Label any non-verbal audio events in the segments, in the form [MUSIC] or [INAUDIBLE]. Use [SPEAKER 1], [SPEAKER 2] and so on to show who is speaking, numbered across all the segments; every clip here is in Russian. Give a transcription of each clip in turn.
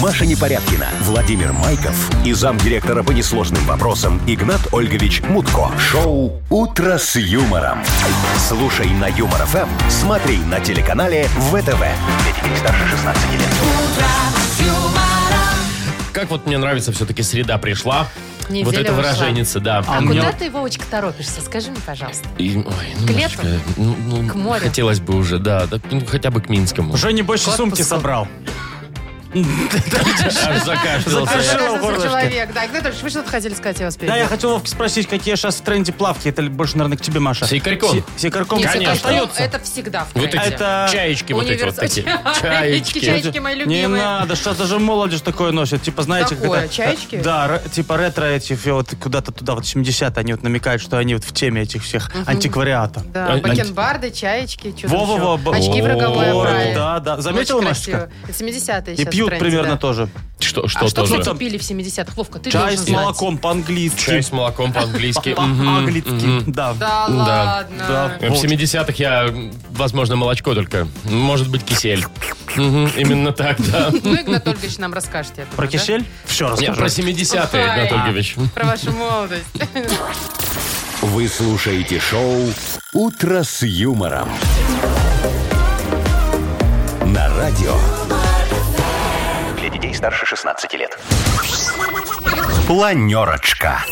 [SPEAKER 1] Маша Непорядкина, Владимир Майков и замдиректора по несложным вопросам Игнат Ольгович Мутко. Шоу «Утро с юмором». Слушай на Юмор ФМ, смотри на телеканале ВТВ. детей старше 16 лет.
[SPEAKER 2] А,
[SPEAKER 3] Как вот мне нравится, все-таки среда пришла.
[SPEAKER 4] Неделя
[SPEAKER 3] вот это
[SPEAKER 4] ушла.
[SPEAKER 3] выраженница, да.
[SPEAKER 4] А,
[SPEAKER 5] А у
[SPEAKER 4] куда
[SPEAKER 5] меня-
[SPEAKER 4] ты, Вовочка, торопишься? Скажи мне, пожалуйста.
[SPEAKER 3] И- ой, ну,
[SPEAKER 4] К лету?
[SPEAKER 3] Машечка, ну, ну,
[SPEAKER 4] К морю?
[SPEAKER 3] Хотелось бы уже, да. да, ну, хотя бы к Минскому.
[SPEAKER 5] Уже не больше
[SPEAKER 4] К отпуску.
[SPEAKER 5] сумки собрал.
[SPEAKER 3] Аж закашлялся.
[SPEAKER 5] Хорошо,
[SPEAKER 4] Оказывается,
[SPEAKER 5] горлышко.
[SPEAKER 4] человек. Да, Игнат Ильич, вы что-то хотели сказать, я вас
[SPEAKER 5] Да, я
[SPEAKER 4] перебила.
[SPEAKER 5] хотел Вовке спросить, какие сейчас в тренде плавки. Это больше, наверное, к тебе, Маша.
[SPEAKER 3] Сикарьком.
[SPEAKER 5] Си- Сикарьком.
[SPEAKER 4] Нет,
[SPEAKER 3] Конечно.
[SPEAKER 4] это потом,
[SPEAKER 5] Остается.
[SPEAKER 4] Это всегда в
[SPEAKER 3] Вот эти
[SPEAKER 4] тренде.
[SPEAKER 5] А это-
[SPEAKER 3] чаечки вот эти вот
[SPEAKER 4] Универс-
[SPEAKER 3] такие.
[SPEAKER 4] [LAUGHS] Чаечки,
[SPEAKER 3] Чаечки.
[SPEAKER 4] чаечки мои
[SPEAKER 5] Не
[SPEAKER 4] любимые.
[SPEAKER 5] надо, сейчас даже молодежь такое носит. Типа, знаете,
[SPEAKER 4] Какое?
[SPEAKER 5] когда-
[SPEAKER 4] Чаечки?
[SPEAKER 5] э, Да, ре- типа ретро эти, фе- вот куда-то туда, вот 70 они вот намекают, что они вот в теме этих всех антиквариата.
[SPEAKER 4] Да,
[SPEAKER 3] А-
[SPEAKER 4] бакенбарды, чаечки, что там
[SPEAKER 5] Во-во-во,
[SPEAKER 4] еще?
[SPEAKER 5] б-
[SPEAKER 4] Очки в роговой
[SPEAKER 5] Вот,
[SPEAKER 4] оправе.
[SPEAKER 5] Да, да. Заметила,
[SPEAKER 4] Очень
[SPEAKER 5] Машечка?
[SPEAKER 4] красиво. 70-е
[SPEAKER 5] И
[SPEAKER 4] сейчас в
[SPEAKER 5] пьют
[SPEAKER 4] тренде,
[SPEAKER 5] примерно
[SPEAKER 4] да.
[SPEAKER 5] тоже.
[SPEAKER 3] Что,
[SPEAKER 4] А что,
[SPEAKER 3] тоже?
[SPEAKER 4] кстати, пили в 70-х? Ловко, ты
[SPEAKER 5] Чай
[SPEAKER 4] должен
[SPEAKER 5] с
[SPEAKER 4] знать.
[SPEAKER 5] молоком
[SPEAKER 3] Чай
[SPEAKER 5] по-английски.
[SPEAKER 3] с молоком
[SPEAKER 5] [LAUGHS]
[SPEAKER 3] по-английски. Мгм,
[SPEAKER 5] По-английски,
[SPEAKER 3] мгм.
[SPEAKER 5] да.
[SPEAKER 3] Да.
[SPEAKER 4] Да ладно.
[SPEAKER 5] Да.
[SPEAKER 3] В 70-х я, м, возможно, молочко только. Может быть, кисель. Мгм, Именно так, да.
[SPEAKER 4] Ну, Игнат Ольгович нам расскажет, я думаю,
[SPEAKER 5] Про
[SPEAKER 4] да?
[SPEAKER 5] кисель? Все
[SPEAKER 3] Я
[SPEAKER 5] расскажу.
[SPEAKER 3] про 70-е, Игнат
[SPEAKER 4] Ай.
[SPEAKER 3] Ольгович.
[SPEAKER 4] Про вашу молодость. [LAUGHS]
[SPEAKER 1] Вы слушаете шоу «Утро с юмором». На радио. Для детей старше 16 лет. Планерочка.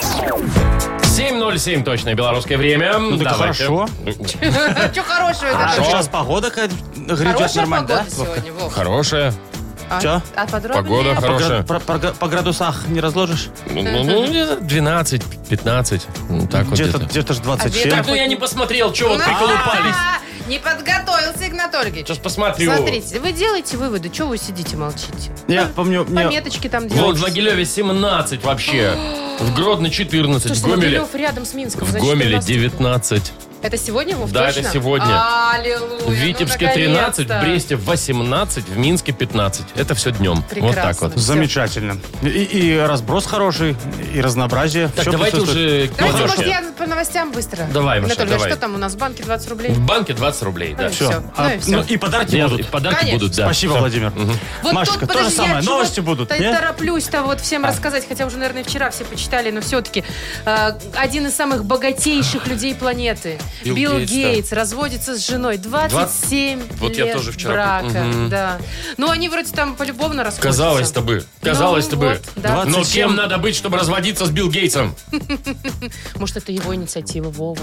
[SPEAKER 3] 7.07 точное белорусское время. Ну,
[SPEAKER 5] так хорошо.
[SPEAKER 4] Что хорошего это?
[SPEAKER 5] А что, Сейчас погода какая-то грядет
[SPEAKER 4] Хорошая
[SPEAKER 5] нормально, да?
[SPEAKER 4] погода сегодня, Вов.
[SPEAKER 3] Хорошее.
[SPEAKER 4] А-
[SPEAKER 5] Чё?
[SPEAKER 4] А подробнее?
[SPEAKER 3] Погода
[SPEAKER 5] По гра-
[SPEAKER 3] Хорошая.
[SPEAKER 5] про- про- По градусах не разложишь?
[SPEAKER 3] Ну, ну, ну, где-то 12, 15. Ну, так вот
[SPEAKER 5] Где-то
[SPEAKER 3] где-то.
[SPEAKER 5] где-то ж
[SPEAKER 4] А ветер-
[SPEAKER 5] 27.
[SPEAKER 4] Так, ну, я
[SPEAKER 3] не посмотрел, что
[SPEAKER 4] А, [LAUGHS] Не подготовился, Игнат Ольгович.
[SPEAKER 3] Сейчас посмотрю.
[SPEAKER 4] Смотрите, вы делаете выводы, что вы сидите, молчите?
[SPEAKER 5] Я помню, мне
[SPEAKER 4] Пометочки там
[SPEAKER 3] Вот
[SPEAKER 4] делаете.
[SPEAKER 3] в Могилеве 17 вообще. В Гродно 14, в
[SPEAKER 4] Слушайте,
[SPEAKER 3] Гомеле...
[SPEAKER 4] Могилев рядом с Минском.
[SPEAKER 3] В
[SPEAKER 4] значит,
[SPEAKER 3] Гомеле
[SPEAKER 4] 15.
[SPEAKER 3] 19,
[SPEAKER 4] Это сегодня, Вов,
[SPEAKER 3] Да,
[SPEAKER 4] точно?
[SPEAKER 3] это сегодня.
[SPEAKER 4] Аллилуйя.
[SPEAKER 3] в Витебске
[SPEAKER 4] ну,
[SPEAKER 3] 13, в
[SPEAKER 4] наконец-то.
[SPEAKER 3] Бресте 18, в Минске 15. Это все днем. Вот
[SPEAKER 4] Прекрасно.
[SPEAKER 3] так вот.
[SPEAKER 4] Всё.
[SPEAKER 5] Замечательно. И, и разброс хороший, и разнообразие.
[SPEAKER 3] Так,
[SPEAKER 5] Всё
[SPEAKER 3] давайте
[SPEAKER 5] присутствует.
[SPEAKER 3] уже к
[SPEAKER 4] Давайте, может,
[SPEAKER 3] молодежке.
[SPEAKER 4] я по новостям быстро?
[SPEAKER 3] Давай, Маша,
[SPEAKER 4] Анатолий, а
[SPEAKER 3] давай.
[SPEAKER 4] что там у нас в банке 20 рублей?
[SPEAKER 3] В банке 20 рублей, да.
[SPEAKER 4] Ой.
[SPEAKER 5] Всё.
[SPEAKER 4] всё.
[SPEAKER 5] А,
[SPEAKER 4] Ну и всё.
[SPEAKER 5] ну и подарки
[SPEAKER 3] Я-
[SPEAKER 5] будут.
[SPEAKER 3] Подарки
[SPEAKER 4] Конечно.
[SPEAKER 3] будут, да.
[SPEAKER 5] Спасибо,
[SPEAKER 3] Всё.
[SPEAKER 5] Владимир.
[SPEAKER 4] Вот
[SPEAKER 5] Машечка,
[SPEAKER 4] тут,
[SPEAKER 5] то же
[SPEAKER 4] подожди,
[SPEAKER 5] самое.
[SPEAKER 4] я чего
[SPEAKER 5] Новости будут,
[SPEAKER 4] то-
[SPEAKER 5] нет? А.
[SPEAKER 4] тороплюсь-то вот всем рассказать, хотя уже, наверное, вчера все почитали, но все-таки э, один из самых богатейших людей планеты,
[SPEAKER 3] Билл
[SPEAKER 4] Билл,
[SPEAKER 3] Гейтс,
[SPEAKER 4] Гейтс,
[SPEAKER 3] да.
[SPEAKER 4] разводится с женой. 27
[SPEAKER 3] Вот я
[SPEAKER 4] лет
[SPEAKER 3] тоже вчера
[SPEAKER 4] брака.
[SPEAKER 3] пон- Мгм.
[SPEAKER 4] Да. Ну, они вроде там полюбовно расходятся.
[SPEAKER 3] Казалось бы, казалось
[SPEAKER 4] Ну,
[SPEAKER 3] бы.
[SPEAKER 4] вот, да.
[SPEAKER 3] Но
[SPEAKER 5] 27.
[SPEAKER 3] кем надо быть, чтобы разводиться с Билл Гейтсом?
[SPEAKER 4] Может, это его инициатива, Вова.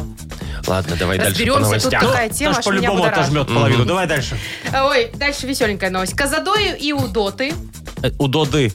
[SPEAKER 3] Ладно, давай дальше по
[SPEAKER 4] Разберемся, тут
[SPEAKER 3] новостям.
[SPEAKER 4] такая тема,
[SPEAKER 5] Ну, Наш
[SPEAKER 4] аж меня
[SPEAKER 5] по-любому
[SPEAKER 4] будоражит.
[SPEAKER 5] отожмет половину. Давай дальше.
[SPEAKER 4] Э, Ой, дальше веселенькая новость. Казадою и Удоты.
[SPEAKER 3] Э,
[SPEAKER 5] У Доды.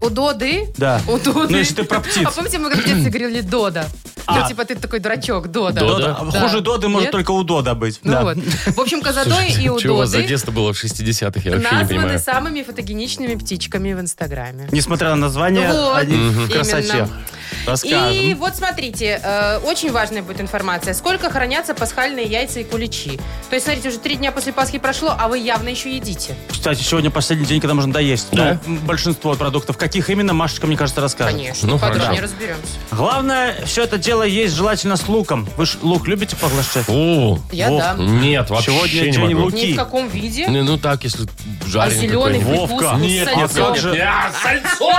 [SPEAKER 4] Удоды.
[SPEAKER 5] Да.
[SPEAKER 4] Удоды.
[SPEAKER 5] Ну, если ты про птиц.
[SPEAKER 4] А помните, мы как в детстве говорили Дода?
[SPEAKER 5] А.
[SPEAKER 4] Ну, типа, ты такой дурачок, Дода.
[SPEAKER 3] Дода.
[SPEAKER 5] Дода.
[SPEAKER 4] Да.
[SPEAKER 5] Хуже Доды может
[SPEAKER 4] Нет?
[SPEAKER 5] только у Дода быть.
[SPEAKER 4] Ну
[SPEAKER 5] Да.
[SPEAKER 4] вот. В общем, Казадои и
[SPEAKER 3] Что у вас за
[SPEAKER 4] Удоды
[SPEAKER 3] детство было в 60-х? Я вообще не
[SPEAKER 4] названы
[SPEAKER 3] понимаю.
[SPEAKER 4] самыми фотогеничными птичками в Инстаграме.
[SPEAKER 5] Несмотря на название,
[SPEAKER 4] Вот,
[SPEAKER 5] они в
[SPEAKER 4] именно.
[SPEAKER 5] красоте.
[SPEAKER 4] И
[SPEAKER 5] Расскажем.
[SPEAKER 4] вот смотрите, э, очень важная будет информация. Сколько хранятся пасхальные яйца и куличи? То есть, смотрите, уже три дня после Пасхи прошло, а вы явно еще едите.
[SPEAKER 5] Кстати, сегодня последний день, когда можно доесть.
[SPEAKER 3] Да?
[SPEAKER 5] Ну, большинство продуктов. Каких именно, Машечка, мне кажется, расскажет.
[SPEAKER 4] Конечно,
[SPEAKER 3] Ну,
[SPEAKER 4] подробнее
[SPEAKER 3] хорошо.
[SPEAKER 4] разберемся.
[SPEAKER 5] Главное, все это дело есть желательно с луком. Вы ж лук любите поглощать?
[SPEAKER 3] О,
[SPEAKER 4] Я
[SPEAKER 5] Вов,
[SPEAKER 4] дам.
[SPEAKER 3] нет, вообще
[SPEAKER 5] Сегодня
[SPEAKER 3] не
[SPEAKER 5] день
[SPEAKER 3] могу.
[SPEAKER 5] лук.
[SPEAKER 4] Ни в каком виде.
[SPEAKER 3] Не, ну так, если жареный
[SPEAKER 4] А зеленый
[SPEAKER 3] какой-нибудь.
[SPEAKER 4] Вовка. прикусный с
[SPEAKER 3] Нет, нет,
[SPEAKER 4] сальцом.
[SPEAKER 3] как же. Я сальцом!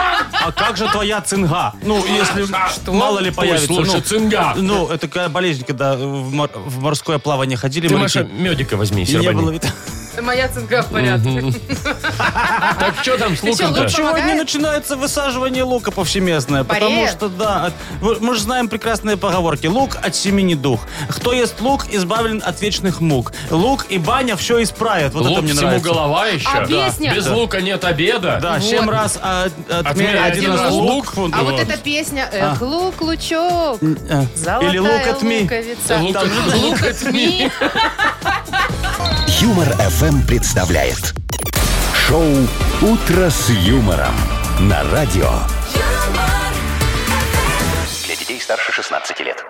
[SPEAKER 5] А как же твоя цинга? Ну, если
[SPEAKER 3] А Что?
[SPEAKER 5] мало ли появится.
[SPEAKER 3] Ой, слушай,
[SPEAKER 5] ну,
[SPEAKER 3] цинга.
[SPEAKER 5] Ну, это такая болезнь, когда в, мор- в морское плавание ходили.
[SPEAKER 3] Ты,
[SPEAKER 5] моряки,
[SPEAKER 3] Маша, медика возьми,
[SPEAKER 5] и не
[SPEAKER 3] сербани.
[SPEAKER 5] было вид-
[SPEAKER 4] Моя цинга в порядке.
[SPEAKER 3] Так что там с
[SPEAKER 4] Ты чё,
[SPEAKER 3] луком-то?
[SPEAKER 4] лук-
[SPEAKER 5] Сегодня
[SPEAKER 4] Помогает?
[SPEAKER 5] начинается высаживание лука повсеместное. Потому
[SPEAKER 4] Болеет?
[SPEAKER 5] что, да, от- мы- мы же знаем прекрасные поговорки. Лук от семени дух. Кто ест лук, избавлен от вечных мук. Лук и баня все исправят. Вот это
[SPEAKER 3] Лук
[SPEAKER 5] мне
[SPEAKER 3] всему
[SPEAKER 5] нравится.
[SPEAKER 3] голова еще.
[SPEAKER 4] А песня?
[SPEAKER 3] Без лука нет обеда.
[SPEAKER 5] Да,
[SPEAKER 4] Вот.
[SPEAKER 5] семь раз а, отмерь один раз лук.
[SPEAKER 4] [LAUGHS]
[SPEAKER 5] фу,
[SPEAKER 4] А
[SPEAKER 5] да.
[SPEAKER 4] вот эта песня «Эх, лук, лучок,
[SPEAKER 5] Э,
[SPEAKER 4] золотая
[SPEAKER 5] Или лук отми.
[SPEAKER 4] луковица».
[SPEAKER 3] Лук
[SPEAKER 4] Там
[SPEAKER 3] отми.
[SPEAKER 4] же лук [LAUGHS] отми.
[SPEAKER 1] Юмор FM представляет шоу Утро с юмором на радио.
[SPEAKER 6] юмор,
[SPEAKER 7] Для детей старше 16 лет.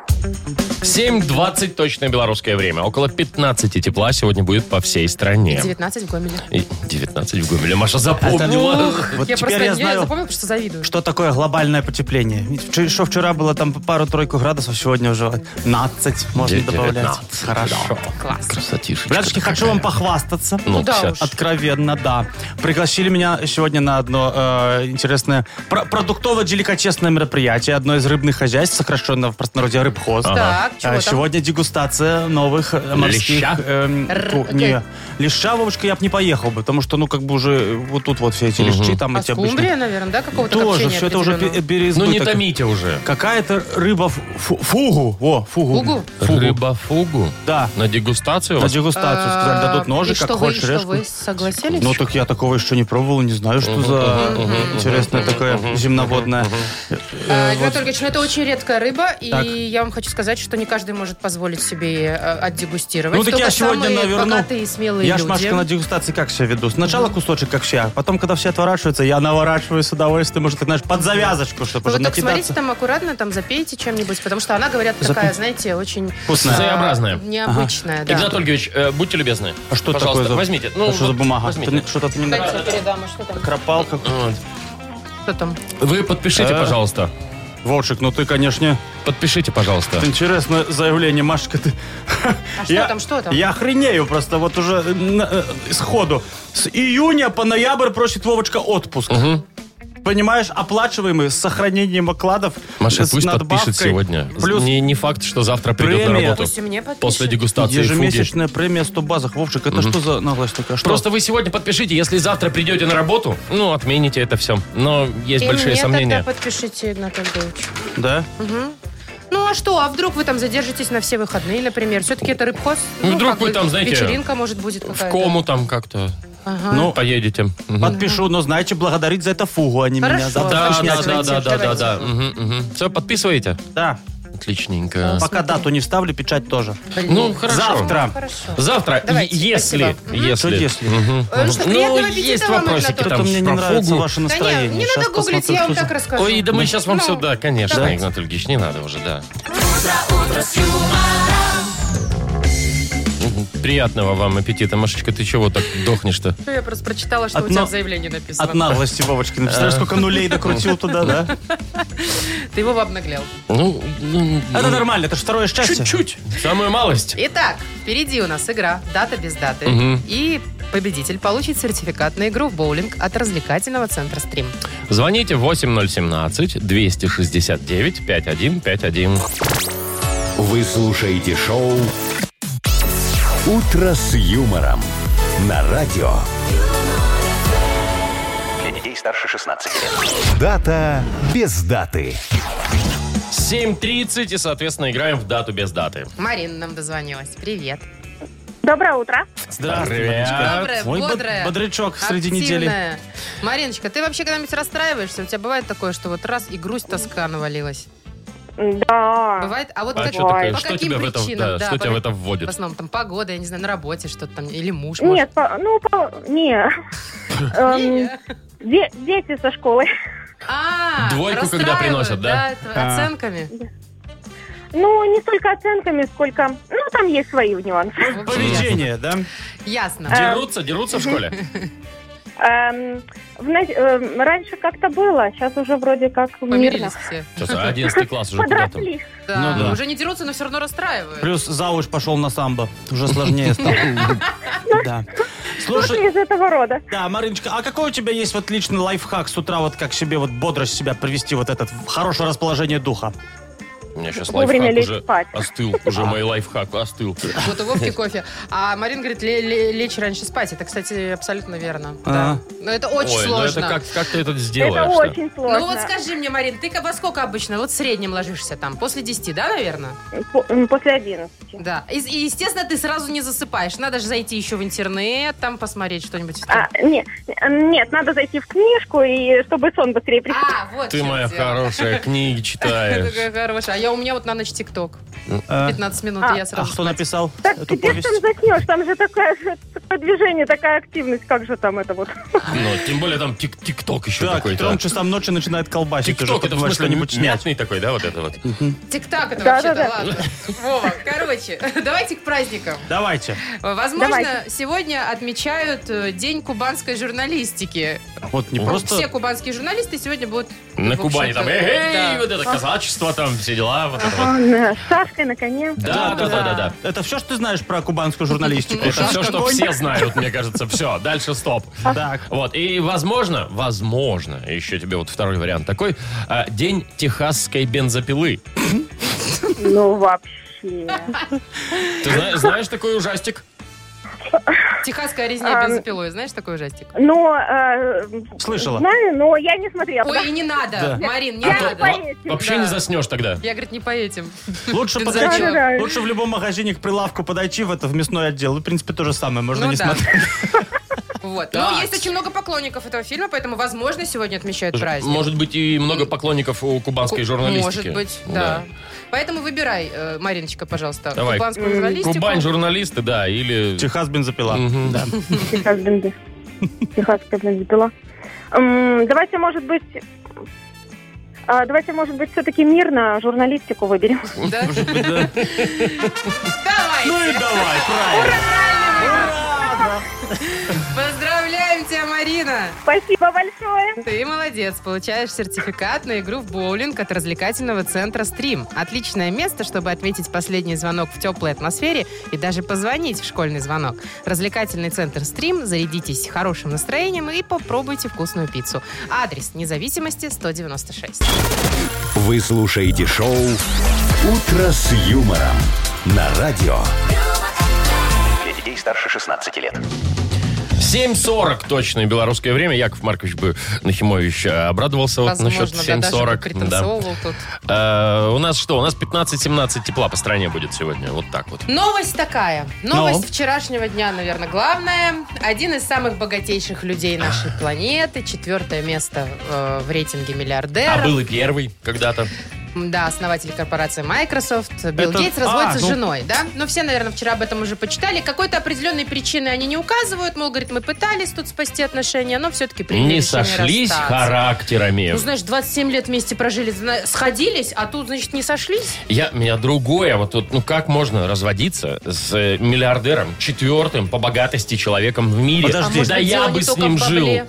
[SPEAKER 3] 7.20 точное белорусское время. Около 15 тепла сегодня будет по всей стране.
[SPEAKER 4] 19 в Гомеле.
[SPEAKER 3] И 19 в Гомеле. Маша запомнила.
[SPEAKER 5] Вот
[SPEAKER 4] я
[SPEAKER 5] теперь
[SPEAKER 4] просто
[SPEAKER 5] я
[SPEAKER 4] не
[SPEAKER 5] знаю,
[SPEAKER 4] запомнила, потому что завидую.
[SPEAKER 5] что такое глобальное потепление. Вч- Что вчера было там пару-тройку градусов, сегодня уже 15 можно добавлять.
[SPEAKER 3] 19,
[SPEAKER 5] Хорошо.
[SPEAKER 4] Класс.
[SPEAKER 3] Красотишечка.
[SPEAKER 5] Ребятушки, хочу вам похвастаться.
[SPEAKER 3] Ну,
[SPEAKER 4] Куда
[SPEAKER 3] вся-
[SPEAKER 4] уж.
[SPEAKER 5] Откровенно, да. Пригласили меня сегодня на одно э, интересное про- продуктово-деликатесное мероприятие. Одно из рыбных хозяйств, сокращенно в простонародье рыбхоз.
[SPEAKER 4] Так, чего
[SPEAKER 5] Э,
[SPEAKER 4] там?
[SPEAKER 5] Сегодня дегустация новых э, морских...
[SPEAKER 3] Леща?
[SPEAKER 5] эм, ку-
[SPEAKER 4] Р-
[SPEAKER 5] не,
[SPEAKER 4] как?
[SPEAKER 5] леща, Вовочка, я бы не поехал бы, потому что, ну, как бы уже вот тут вот все эти лещи, там
[SPEAKER 4] А
[SPEAKER 5] эти обычные...
[SPEAKER 4] скумбрия, наверное, да, какого-то
[SPEAKER 5] Тоже,
[SPEAKER 4] копчения
[SPEAKER 5] все это уже
[SPEAKER 4] определенного?
[SPEAKER 5] пе- переизбыток.
[SPEAKER 3] Ну не томите уже.
[SPEAKER 5] Какая-то рыба... фу- фугу. О, фугу.
[SPEAKER 4] Фугу?
[SPEAKER 5] Фугу,
[SPEAKER 3] Рыбофугу?
[SPEAKER 5] Да.
[SPEAKER 3] На дегустацию?
[SPEAKER 5] На
[SPEAKER 3] вас?
[SPEAKER 5] дегустацию сказали, дадут
[SPEAKER 4] А,
[SPEAKER 5] э, ножик,
[SPEAKER 4] и
[SPEAKER 5] как
[SPEAKER 4] что вы-
[SPEAKER 5] хочешь,
[SPEAKER 4] и что
[SPEAKER 5] решку.
[SPEAKER 4] вы согласились?
[SPEAKER 5] Ну так я такого еще не пробовал, не знаю, что за интересное такое земноводное. э,
[SPEAKER 4] А, Игорь Анатольевич, ну это очень редкая рыба, и я вам хочу сказать, что не каждый может позволить себе э, отдегустировать.
[SPEAKER 5] Ну так я
[SPEAKER 4] Только
[SPEAKER 5] сегодня
[SPEAKER 4] самые
[SPEAKER 5] наверну.
[SPEAKER 4] богатые и смелые
[SPEAKER 5] Я ж,
[SPEAKER 4] люди.
[SPEAKER 5] Машка, на дегустации как себя веду? Сначала кусочек, как все, а потом, когда все отворачиваются, я наворачиваю с удовольствием, может, как, знаешь, под завязочку, чтобы
[SPEAKER 4] Вы
[SPEAKER 5] уже
[SPEAKER 4] вот Ну, так смотрите
[SPEAKER 5] накидаться.
[SPEAKER 4] там аккуратно, там запейте чем-нибудь, потому что она, говорят, такая, знаете, очень...
[SPEAKER 5] Вкусная.
[SPEAKER 4] а,
[SPEAKER 3] Своеобразная.
[SPEAKER 4] Необычная, да.
[SPEAKER 3] Игнат Ольгович, э, будьте любезны.
[SPEAKER 5] А что
[SPEAKER 3] Пожалуйста,
[SPEAKER 5] такое за...
[SPEAKER 3] возьмите. Ну,
[SPEAKER 5] а что за
[SPEAKER 3] вот
[SPEAKER 5] бумага? Ты
[SPEAKER 3] возьмите.
[SPEAKER 5] не- Что-то ты не
[SPEAKER 4] Дайте
[SPEAKER 5] нравится?
[SPEAKER 4] я передам, а что там?
[SPEAKER 5] Кропалка.
[SPEAKER 3] Вот.
[SPEAKER 4] Что там?
[SPEAKER 3] Вы подпишите,
[SPEAKER 5] Э.
[SPEAKER 3] пожалуйста.
[SPEAKER 5] Вовчик, ну ты, конечно,
[SPEAKER 3] Подпишите, пожалуйста.
[SPEAKER 5] интересное заявление, Машка, ты...
[SPEAKER 4] А что там, что там?
[SPEAKER 5] Я охренею просто, вот уже э, на- э, сходу. С июня по ноябрь просит Вовочка отпуск. Понимаешь, оплачиваемый с сохранением окладов.
[SPEAKER 3] Маша,
[SPEAKER 5] с
[SPEAKER 3] пусть подпишет
[SPEAKER 5] надбавкой.
[SPEAKER 3] сегодня.
[SPEAKER 5] Плюс
[SPEAKER 3] Не, не факт, что завтра придет на
[SPEAKER 5] Премия.
[SPEAKER 3] работу.
[SPEAKER 4] Пусть и мне подпишет.
[SPEAKER 3] После дегустации фуги.
[SPEAKER 5] ежемесячная премия 100 базах. Вовчик, это что за наглость такая? Что?
[SPEAKER 3] Просто вы сегодня подпишите, если завтра придете на работу, ну, отмените это все. Но есть
[SPEAKER 4] И
[SPEAKER 3] большие
[SPEAKER 4] мне
[SPEAKER 3] сомнения.
[SPEAKER 4] тогда подпишите, Игнат Ольгович.
[SPEAKER 5] Да?
[SPEAKER 4] Ну а что, а вдруг вы там задержитесь на все выходные, например? Все-таки это рыбхоз.
[SPEAKER 3] Ну, вдруг
[SPEAKER 4] как
[SPEAKER 3] вы
[SPEAKER 4] бы
[SPEAKER 3] там, знаете,
[SPEAKER 4] Вечеринка, может, будет какая-то.
[SPEAKER 3] В кому там как-то
[SPEAKER 4] Ага.
[SPEAKER 5] Ну,
[SPEAKER 3] поедете. Мгм.
[SPEAKER 5] подпишу, но знаете, благодарить за это фугу, а не
[SPEAKER 4] Хорошо.
[SPEAKER 5] меня. За
[SPEAKER 3] Да,
[SPEAKER 4] Давайте,
[SPEAKER 3] да, да,
[SPEAKER 5] отпущение.
[SPEAKER 3] да, да, да,
[SPEAKER 4] давайте.
[SPEAKER 3] да. Все, подписываете?
[SPEAKER 5] Да.
[SPEAKER 3] Отличненько.
[SPEAKER 5] Пока дату не вставлю, печать тоже.
[SPEAKER 4] Блин.
[SPEAKER 3] Ну, хорошо.
[SPEAKER 5] Завтра.
[SPEAKER 4] Хорошо.
[SPEAKER 3] Завтра,
[SPEAKER 4] Давайте,
[SPEAKER 3] и- если,
[SPEAKER 4] спасибо.
[SPEAKER 5] Что
[SPEAKER 3] если.
[SPEAKER 5] если?
[SPEAKER 4] Э, ну что, приятного
[SPEAKER 3] Ну,
[SPEAKER 4] аппетита
[SPEAKER 3] есть
[SPEAKER 4] вам,
[SPEAKER 3] вопросики
[SPEAKER 4] Игнат
[SPEAKER 3] там.
[SPEAKER 5] Что-то мне не
[SPEAKER 3] про
[SPEAKER 5] нравится
[SPEAKER 3] фугу.
[SPEAKER 5] ваше
[SPEAKER 4] Да не,
[SPEAKER 5] настроение.
[SPEAKER 4] не
[SPEAKER 5] Щас
[SPEAKER 4] надо гуглить,
[SPEAKER 5] посмотрим,
[SPEAKER 4] я вам
[SPEAKER 5] что за-
[SPEAKER 4] так расскажу.
[SPEAKER 3] Ой, да мы сейчас вам
[SPEAKER 4] Ну,
[SPEAKER 3] все, да, конечно,
[SPEAKER 4] давайте.
[SPEAKER 3] Игнат Ольгич, не надо уже, да. Мгм. Приятного вам аппетита. Машечка, ты чего так дохнешь-то?
[SPEAKER 4] Ну, Я просто прочитала, что у
[SPEAKER 5] Одно-
[SPEAKER 4] тебя в заявлении написано.
[SPEAKER 5] От наглости, Вовочки. Представляешь, сколько нулей докрутил туда, да?
[SPEAKER 4] Ты его обнаглял.
[SPEAKER 3] Ну, ну,
[SPEAKER 5] Это нормально, это же второе счастье.
[SPEAKER 3] чуть-чуть. Самую малость.
[SPEAKER 4] Итак, впереди у нас игра «Дата без даты». И победитель получит сертификат на игру в боулинг от развлекательного центра «Стрим».
[SPEAKER 3] Звоните 8017-269-5151.
[SPEAKER 1] Вы слушаете шоу «Утро с юмором» на радио.
[SPEAKER 6] Для детей старше 16 лет.
[SPEAKER 1] Дата без даты.
[SPEAKER 3] 7.30 и, соответственно, играем в дату без даты.
[SPEAKER 4] Марина нам дозвонилась. Привет.
[SPEAKER 7] Доброе утро.
[SPEAKER 5] Здравствуй,
[SPEAKER 3] Привет.
[SPEAKER 5] Мариночка.
[SPEAKER 4] Доброе,
[SPEAKER 5] Ой, бод-
[SPEAKER 4] бодрое,
[SPEAKER 5] бодрячок среди недели.
[SPEAKER 4] Активная. Мариночка, ты вообще когда-нибудь расстраиваешься? У тебя бывает такое, что вот раз и грусть, тоска навалилась?
[SPEAKER 7] Да.
[SPEAKER 4] Бывает? А вот
[SPEAKER 3] А
[SPEAKER 4] как-
[SPEAKER 3] что такое?
[SPEAKER 4] по
[SPEAKER 3] Что
[SPEAKER 4] каким
[SPEAKER 3] тебя в это,
[SPEAKER 4] причинам?
[SPEAKER 3] да,
[SPEAKER 4] Да,
[SPEAKER 3] что
[SPEAKER 4] по-
[SPEAKER 3] тебя в это
[SPEAKER 4] В
[SPEAKER 3] вводит?
[SPEAKER 4] основном там погода, я не знаю, на работе что-то там, или муж, может.
[SPEAKER 7] Нет, по- ну, по- не.
[SPEAKER 4] [LAUGHS]
[SPEAKER 7] Эм, [LAUGHS] де- Дети со школы.
[SPEAKER 4] А,
[SPEAKER 3] Двойку, когда
[SPEAKER 4] расстраивают,
[SPEAKER 3] приносят, да?
[SPEAKER 4] это
[SPEAKER 5] А.
[SPEAKER 4] Оценками.
[SPEAKER 7] Ну, не столько оценками, сколько... Ну, там есть свои нюансы.
[SPEAKER 4] В общем,
[SPEAKER 5] Поведение, да?
[SPEAKER 4] Ясно.
[SPEAKER 7] А.
[SPEAKER 3] Дерутся, дерутся в
[SPEAKER 4] [LAUGHS]
[SPEAKER 3] школе?
[SPEAKER 7] Эм, в на- эм, Раньше как-то было, сейчас уже вроде как мирно.
[SPEAKER 4] Помирились все.
[SPEAKER 3] Сейчас 11 класс уже куда-то.
[SPEAKER 7] Подросли.
[SPEAKER 4] Да,
[SPEAKER 5] Ну да.
[SPEAKER 4] Уже не дерутся, но все равно расстраивают.
[SPEAKER 5] Плюс зауч пошел на самбо. Уже сложнее стало.
[SPEAKER 4] [LAUGHS]
[SPEAKER 5] Да.
[SPEAKER 4] Ну,
[SPEAKER 7] Что-то
[SPEAKER 5] Слушай,
[SPEAKER 7] из этого рода.
[SPEAKER 5] да, Мариночка, а какой у тебя есть вот личный лайфхак с утра, вот как себе вот бодрость себя привести, вот этот в хорошее расположение духа?
[SPEAKER 3] У меня сейчас
[SPEAKER 7] Вовремя
[SPEAKER 3] лайфхак
[SPEAKER 7] лечь
[SPEAKER 3] уже
[SPEAKER 7] спать.
[SPEAKER 3] остыл. Уже мой лайфхак остыл.
[SPEAKER 4] Вот у Вовки кофе. А Марин говорит, ле- ле- лечь раньше спать. Это, кстати, абсолютно верно. Да. Но это очень
[SPEAKER 3] А. Ой, ну
[SPEAKER 4] сложно.
[SPEAKER 3] это как, как ты это
[SPEAKER 7] Это
[SPEAKER 3] сделаешь?
[SPEAKER 7] очень сложно.
[SPEAKER 4] Ну вот скажи мне, Марин, ты во сколько обычно? Вот в среднем ложишься там? После 10, да, наверное?
[SPEAKER 7] По- м, После 11.
[SPEAKER 4] Да. И, и, естественно, ты сразу не засыпаешь. Надо же зайти еще в интернет, там посмотреть что-нибудь. в
[SPEAKER 7] А, не- нет, надо зайти в книжку, и чтобы сон быстрее пришел.
[SPEAKER 4] А, вот в
[SPEAKER 3] Ты
[SPEAKER 4] чем
[SPEAKER 3] моя
[SPEAKER 4] дело.
[SPEAKER 3] хорошая, книги
[SPEAKER 4] [LAUGHS]
[SPEAKER 3] читаешь.
[SPEAKER 4] Какая хорошая. А я у меня вот на ночь ТикТок.
[SPEAKER 5] А,
[SPEAKER 4] 15 минут, и я
[SPEAKER 5] а
[SPEAKER 4] сразу.
[SPEAKER 5] кто написал
[SPEAKER 7] Так
[SPEAKER 5] эту
[SPEAKER 7] где ж
[SPEAKER 5] повесть?
[SPEAKER 7] там заснешь? Там же такая, [LAUGHS] движение, такая активность, как же там это вот.
[SPEAKER 3] Ну, тем более там тик- тик-ток еще
[SPEAKER 5] Так, к трем
[SPEAKER 3] какой-то.
[SPEAKER 5] часам ночи начинает колбасить. уже,
[SPEAKER 3] Тик-ток,
[SPEAKER 5] ты
[SPEAKER 3] это в
[SPEAKER 5] можешь
[SPEAKER 3] смысле
[SPEAKER 5] что-нибудь снять.
[SPEAKER 3] мятный такой, да, вот это
[SPEAKER 4] [LAUGHS]
[SPEAKER 3] вот?
[SPEAKER 4] Тик-так это вообще-то,
[SPEAKER 7] Да-да-да.
[SPEAKER 4] ладно. Вова, короче, [LAUGHS] давайте к праздникам.
[SPEAKER 5] Давайте.
[SPEAKER 4] Возможно,
[SPEAKER 7] Давайте.
[SPEAKER 4] сегодня отмечают э, День кубанской журналистики.
[SPEAKER 5] Вот не просто...
[SPEAKER 4] Все кубанские журналисты сегодня будут...
[SPEAKER 3] На
[SPEAKER 4] в
[SPEAKER 3] Кубани
[SPEAKER 4] общем-то,
[SPEAKER 3] там, эй,
[SPEAKER 4] да.
[SPEAKER 3] вот это казачество, там все дела, вот это вот.
[SPEAKER 7] С Сашкой на коне.
[SPEAKER 3] Да, да, да, да, да.
[SPEAKER 5] Это все, что ты знаешь про кубанскую журналистику?
[SPEAKER 3] Это все,
[SPEAKER 5] Шашка,
[SPEAKER 3] что
[SPEAKER 5] конь? [LAUGHS]
[SPEAKER 3] все знают, мне кажется. Все, дальше стоп.
[SPEAKER 5] Так.
[SPEAKER 3] Вот, и возможно, возможно, еще тебе вот второй вариант такой, а, день техасской бензопилы.
[SPEAKER 7] Ну, вообще.
[SPEAKER 3] Ты зна- знаешь такой ужастик?
[SPEAKER 4] Техасская резня
[SPEAKER 7] Ам.
[SPEAKER 4] бензопилой. Знаешь такой ужастик?
[SPEAKER 7] Но, э,
[SPEAKER 5] Слышала.
[SPEAKER 7] Знаю, но я не смотрела.
[SPEAKER 4] Ой, и не надо,
[SPEAKER 5] Да.
[SPEAKER 4] Марин, не
[SPEAKER 7] Я
[SPEAKER 3] А то
[SPEAKER 4] надо.
[SPEAKER 7] поеду.
[SPEAKER 3] во-
[SPEAKER 7] поэтим,
[SPEAKER 3] Вообще
[SPEAKER 4] да.
[SPEAKER 3] не заснешь тогда.
[SPEAKER 4] Я, говорит, не по этим.
[SPEAKER 5] Лучше
[SPEAKER 4] Ты
[SPEAKER 5] подойти,
[SPEAKER 7] зачем?
[SPEAKER 5] лучше в любом магазине к прилавку подойти в это в мясной отдел. И, В принципе, то же самое, можно
[SPEAKER 4] Ну
[SPEAKER 5] не
[SPEAKER 4] да.
[SPEAKER 5] смотреть.
[SPEAKER 4] Вот.
[SPEAKER 3] Так.
[SPEAKER 4] Ну, есть очень много поклонников этого фильма, поэтому, возможно, сегодня отмечают праздник.
[SPEAKER 3] Может быть, и много поклонников у кубанской
[SPEAKER 4] Ку-
[SPEAKER 3] журналистики.
[SPEAKER 4] Может быть, да. Поэтому выбирай, э, Мариночка, пожалуйста,
[SPEAKER 3] Давай.
[SPEAKER 4] кубанскую журналистику.
[SPEAKER 3] Кубань журналисты, да, или...
[SPEAKER 5] Техас бензопила.
[SPEAKER 3] Мгм.
[SPEAKER 5] Да.
[SPEAKER 7] Техас бензы. Техасская бензопила. М, Давайте, может быть... а, Давайте, может быть, все-таки мирно журналистику выберем. [LAUGHS]
[SPEAKER 3] [LAUGHS]
[SPEAKER 4] Да? Давай.
[SPEAKER 5] Ну и давай, правильно.
[SPEAKER 4] Поздравляем тебя, Марина!
[SPEAKER 7] Спасибо большое.
[SPEAKER 4] Ты молодец, получаешь сертификат на игру в боулинг от развлекательного центра «Стрим». Отличное место, чтобы отметить последний звонок в теплой атмосфере и даже позвонить в школьный звонок. Развлекательный центр «Стрим». Зарядитесь хорошим настроением и попробуйте вкусную пиццу. Адрес независимости 196.
[SPEAKER 1] Вы слушаете шоу «Утро с юмором» на радио.
[SPEAKER 6] Для детей старше 16 лет.
[SPEAKER 3] 7.40 точное белорусское время. Яков Маркович бы Нахимович э, обрадовался вот насчет
[SPEAKER 4] да, даже
[SPEAKER 3] 7.40. Да.
[SPEAKER 4] пританцовывал тут.
[SPEAKER 3] Э, у нас что? У нас 15-17 тепла по стране будет сегодня. Вот так вот.
[SPEAKER 4] Новость такая. Новость
[SPEAKER 5] Ну?
[SPEAKER 4] вчерашнего дня, наверное, главная. Один из самых богатейших людей нашей планеты. Четвертое место э, в рейтинге
[SPEAKER 3] А
[SPEAKER 4] миллиардеров.
[SPEAKER 3] был и первый когда-то.
[SPEAKER 4] Да, основатель корпорации Microsoft. Билл
[SPEAKER 5] Это-
[SPEAKER 4] Гейтс разводится
[SPEAKER 5] А,
[SPEAKER 4] с
[SPEAKER 5] ну.
[SPEAKER 4] женой, да? Но все, наверное, вчера об этом уже почитали. Какой-то определенной причины они не указывают. Мол, говорит, мы пытались тут спасти отношения, но все-таки приняли
[SPEAKER 3] Не
[SPEAKER 4] решение
[SPEAKER 3] сошлись
[SPEAKER 4] расстаться.
[SPEAKER 3] характерами.
[SPEAKER 4] Ну, знаешь, 27 лет вместе прожили, зна- сходились, а тут, значит, не сошлись?
[SPEAKER 3] Я, меня другое. Вот тут, ну как можно разводиться с э, миллиардером, четвертым по богатости человеком в мире?
[SPEAKER 5] Подожди.
[SPEAKER 3] да
[SPEAKER 4] Дело
[SPEAKER 3] я
[SPEAKER 4] не
[SPEAKER 3] бы с
[SPEAKER 4] только
[SPEAKER 3] ним
[SPEAKER 4] в
[SPEAKER 3] жил.
[SPEAKER 4] бабле.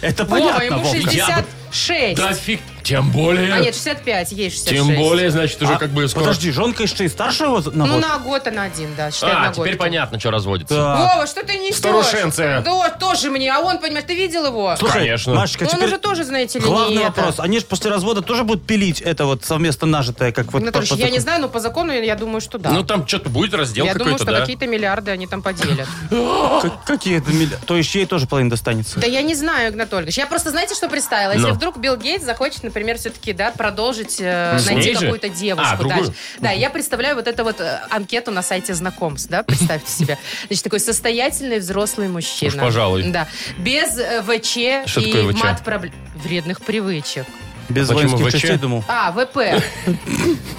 [SPEAKER 5] Это
[SPEAKER 4] Вова,
[SPEAKER 5] понятно,
[SPEAKER 4] ему
[SPEAKER 5] Вовка.
[SPEAKER 3] Я бы-
[SPEAKER 4] 66.
[SPEAKER 3] Да фиг. Тем более.
[SPEAKER 4] А нет, 65, ей 66.
[SPEAKER 3] тем более, значит, уже
[SPEAKER 5] А,
[SPEAKER 3] как бы скоро.
[SPEAKER 5] Подожди, жонка еще и старше его на
[SPEAKER 4] Ну,
[SPEAKER 5] год?
[SPEAKER 4] на год она один, да. считай,
[SPEAKER 3] А,
[SPEAKER 4] на
[SPEAKER 3] теперь
[SPEAKER 4] год.
[SPEAKER 3] понятно, что разводится.
[SPEAKER 5] Да.
[SPEAKER 4] Вова, что ты несешь?
[SPEAKER 3] Старушенция.
[SPEAKER 4] Да, тоже мне. А он, понимаешь, ты видел его?
[SPEAKER 5] Слушай,
[SPEAKER 3] Конечно.
[SPEAKER 5] Машечка,
[SPEAKER 4] Ну, он
[SPEAKER 5] теперь
[SPEAKER 4] уже тоже, знаете ли,
[SPEAKER 5] главный
[SPEAKER 4] не это.
[SPEAKER 5] вопрос. Они же после развода тоже будут пилить это вот совместно нажитое, как вот...
[SPEAKER 4] Наташ,
[SPEAKER 5] по- по-
[SPEAKER 4] Ну, я не знаю, но по закону я думаю, что да.
[SPEAKER 3] Ну там что-то будет раздел
[SPEAKER 4] я думаю,
[SPEAKER 3] какой-то,
[SPEAKER 4] что
[SPEAKER 3] да?
[SPEAKER 4] какие-то миллиарды они там
[SPEAKER 3] [LAUGHS]
[SPEAKER 4] поделят.
[SPEAKER 5] Как- Какие это милли- То есть ей тоже половина достанется.
[SPEAKER 4] Да я не знаю, Игнат Ольгович. Я просто, знаете, что представила? Если
[SPEAKER 3] Ну.
[SPEAKER 4] вдруг Билл Гейтс захочет, например, все-таки да, продолжить э,
[SPEAKER 3] С
[SPEAKER 4] найти
[SPEAKER 3] ней Ну, же?
[SPEAKER 4] какую-то девушку.
[SPEAKER 3] А, другую?
[SPEAKER 4] дальше. Да, я представляю вот эту вот э, анкету на сайте знакомств,
[SPEAKER 3] [LAUGHS]
[SPEAKER 4] да, представьте себе. Значит, такой состоятельный взрослый мужчина.
[SPEAKER 3] Уж пожалуй.
[SPEAKER 4] Да. Без э, ВЧ
[SPEAKER 3] Что такое
[SPEAKER 4] и
[SPEAKER 3] ВЧ?
[SPEAKER 4] мат проблем. Вредных привычек.
[SPEAKER 5] Без
[SPEAKER 3] Почему
[SPEAKER 5] воинских
[SPEAKER 3] ВЧ?
[SPEAKER 5] частей, думал.
[SPEAKER 3] [LAUGHS]
[SPEAKER 4] А, ВП.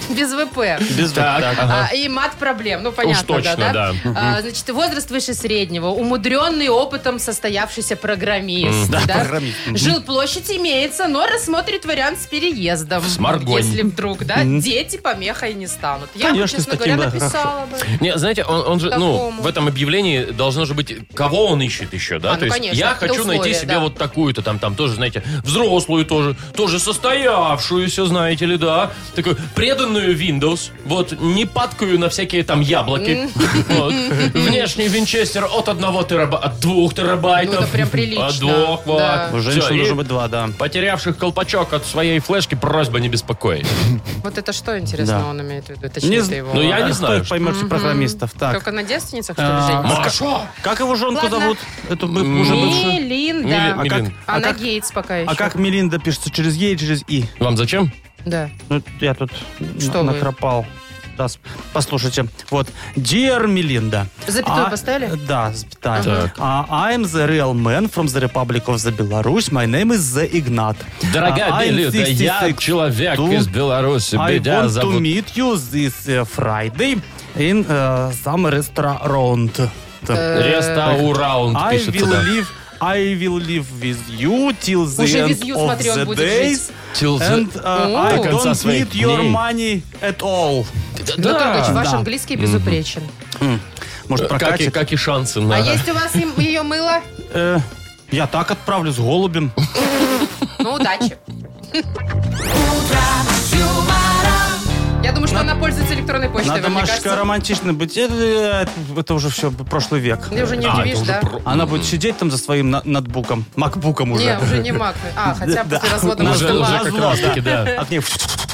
[SPEAKER 4] Без ВП.
[SPEAKER 5] Без
[SPEAKER 3] Так,
[SPEAKER 5] так.
[SPEAKER 3] ага.
[SPEAKER 4] А, и мат проблем, ну понятно,
[SPEAKER 3] точно, да.
[SPEAKER 4] да, А, значит, возраст выше среднего, умудренный опытом состоявшийся программист, да?
[SPEAKER 5] программист, мгм.
[SPEAKER 4] Жилплощадь имеется, но рассмотрит вариант с переездом.
[SPEAKER 3] Сморгонь.
[SPEAKER 4] Если вдруг, да,
[SPEAKER 5] Мгм.
[SPEAKER 4] дети помехой не станут. Я, бы,
[SPEAKER 5] Конечно,
[SPEAKER 4] честно
[SPEAKER 5] с таким,
[SPEAKER 4] говоря,
[SPEAKER 5] да,
[SPEAKER 4] написала бы.
[SPEAKER 3] Не, знаете, он, он же, ну,
[SPEAKER 4] Какому?
[SPEAKER 3] в этом объявлении должно же быть, кого он ищет еще, да?
[SPEAKER 4] А, ну,
[SPEAKER 3] То есть
[SPEAKER 4] конечно,
[SPEAKER 3] я
[SPEAKER 4] какие
[SPEAKER 3] хочу найти
[SPEAKER 4] условия,
[SPEAKER 3] себе
[SPEAKER 4] да.
[SPEAKER 3] вот такую-то, там, там тоже, знаете, взрослую тоже, тоже состоявшуюся, знаете ли, да, такую преданную Windows, вот, не падкую на всякие там яблоки, [LAUGHS] вот. внешний винчестер от одного терабайта, от двух терабайтов,
[SPEAKER 4] Ну, это прям прилично,
[SPEAKER 3] от двух, вот.
[SPEAKER 4] да.
[SPEAKER 5] У
[SPEAKER 3] Всё,
[SPEAKER 5] женщин
[SPEAKER 3] и
[SPEAKER 5] должно быть два, да.
[SPEAKER 3] Потерявших колпачок от своей флешки просьба не беспокоить.
[SPEAKER 4] Вот это что, интересно,
[SPEAKER 5] Да.
[SPEAKER 4] он имеет в виду? Точнее,
[SPEAKER 5] з- А
[SPEAKER 4] это его.
[SPEAKER 3] Ну, я не
[SPEAKER 5] Кто
[SPEAKER 3] знаю,
[SPEAKER 5] их поймет всех программистов. Так.
[SPEAKER 4] Только на девственницах, что ли,
[SPEAKER 5] А,
[SPEAKER 4] женится?
[SPEAKER 3] Маша!
[SPEAKER 5] Как его женку
[SPEAKER 4] Ладно.
[SPEAKER 5] зовут? Это бы- уже бывшую.
[SPEAKER 3] Мили-
[SPEAKER 4] Мелинда.
[SPEAKER 5] А как-
[SPEAKER 3] Милин.
[SPEAKER 5] а
[SPEAKER 4] Она
[SPEAKER 5] как-
[SPEAKER 4] Гейтс пока еще.
[SPEAKER 5] А как Мелинда пишется? Через Е и через И?
[SPEAKER 3] Вам зачем?
[SPEAKER 4] Да.
[SPEAKER 5] Ну, я тут
[SPEAKER 4] Что
[SPEAKER 5] Что
[SPEAKER 4] вы?
[SPEAKER 5] накропал. Сейчас, послушайте. Вот. Dear Melinda.
[SPEAKER 4] Запятую
[SPEAKER 5] I-
[SPEAKER 4] поставили?
[SPEAKER 5] Да, запятая.
[SPEAKER 3] Так.
[SPEAKER 5] А, I am the real man from the Republic of the Belarus. My name is the Ignat.
[SPEAKER 3] Дорогая
[SPEAKER 5] А, I'm
[SPEAKER 3] Белли, да я
[SPEAKER 5] 66
[SPEAKER 3] человек
[SPEAKER 5] too.
[SPEAKER 3] из Беларуси.
[SPEAKER 5] I
[SPEAKER 3] Бедя
[SPEAKER 5] want to
[SPEAKER 3] зовут.
[SPEAKER 5] uh, meet you this э, Friday in э, some uh, restaurant. там?
[SPEAKER 3] Рестаураунд
[SPEAKER 5] I
[SPEAKER 3] пишется,
[SPEAKER 5] will
[SPEAKER 3] да.
[SPEAKER 5] live, I will live with you till the
[SPEAKER 4] Уже
[SPEAKER 5] end
[SPEAKER 4] with you,
[SPEAKER 5] of
[SPEAKER 4] смотри, он
[SPEAKER 5] the
[SPEAKER 4] будет
[SPEAKER 5] days.
[SPEAKER 3] Till the-
[SPEAKER 5] And uh,
[SPEAKER 4] О.
[SPEAKER 5] I
[SPEAKER 4] До
[SPEAKER 3] конца
[SPEAKER 5] don't
[SPEAKER 3] своих
[SPEAKER 5] need your
[SPEAKER 3] дней.
[SPEAKER 5] money at all.
[SPEAKER 4] Ну, Каргач, ваш
[SPEAKER 5] Да.
[SPEAKER 4] английский безупречен.
[SPEAKER 5] Может,
[SPEAKER 3] Э, Как и,
[SPEAKER 5] прокатит?
[SPEAKER 3] как и шансы
[SPEAKER 4] А
[SPEAKER 3] на... [LAUGHS]
[SPEAKER 4] есть у вас им- ее мыло?
[SPEAKER 5] Э, я так отправлю
[SPEAKER 4] [LAUGHS]
[SPEAKER 5] с голубем.
[SPEAKER 4] Ну, удачи. Я думаю, что она пользуется электронной почтой.
[SPEAKER 5] Надо,
[SPEAKER 4] Вам не
[SPEAKER 5] Машечка,
[SPEAKER 4] кажется?
[SPEAKER 5] романтично быть. Это, это уже все, прошлый век.
[SPEAKER 4] Ты уже не
[SPEAKER 3] А, это
[SPEAKER 4] удивишь,
[SPEAKER 3] уже
[SPEAKER 4] да?
[SPEAKER 3] про-
[SPEAKER 5] Она будет сидеть там за своим на- ноутбуком, макбуком уже.
[SPEAKER 4] Не, уже не маг. А, хотя
[SPEAKER 5] Да.
[SPEAKER 4] после развода
[SPEAKER 5] Ну,
[SPEAKER 3] Уже,
[SPEAKER 4] можно
[SPEAKER 3] уже
[SPEAKER 4] маг.
[SPEAKER 3] как
[SPEAKER 5] Назло,
[SPEAKER 3] раз таки,
[SPEAKER 5] да.
[SPEAKER 4] [LAUGHS]
[SPEAKER 3] да.
[SPEAKER 5] От них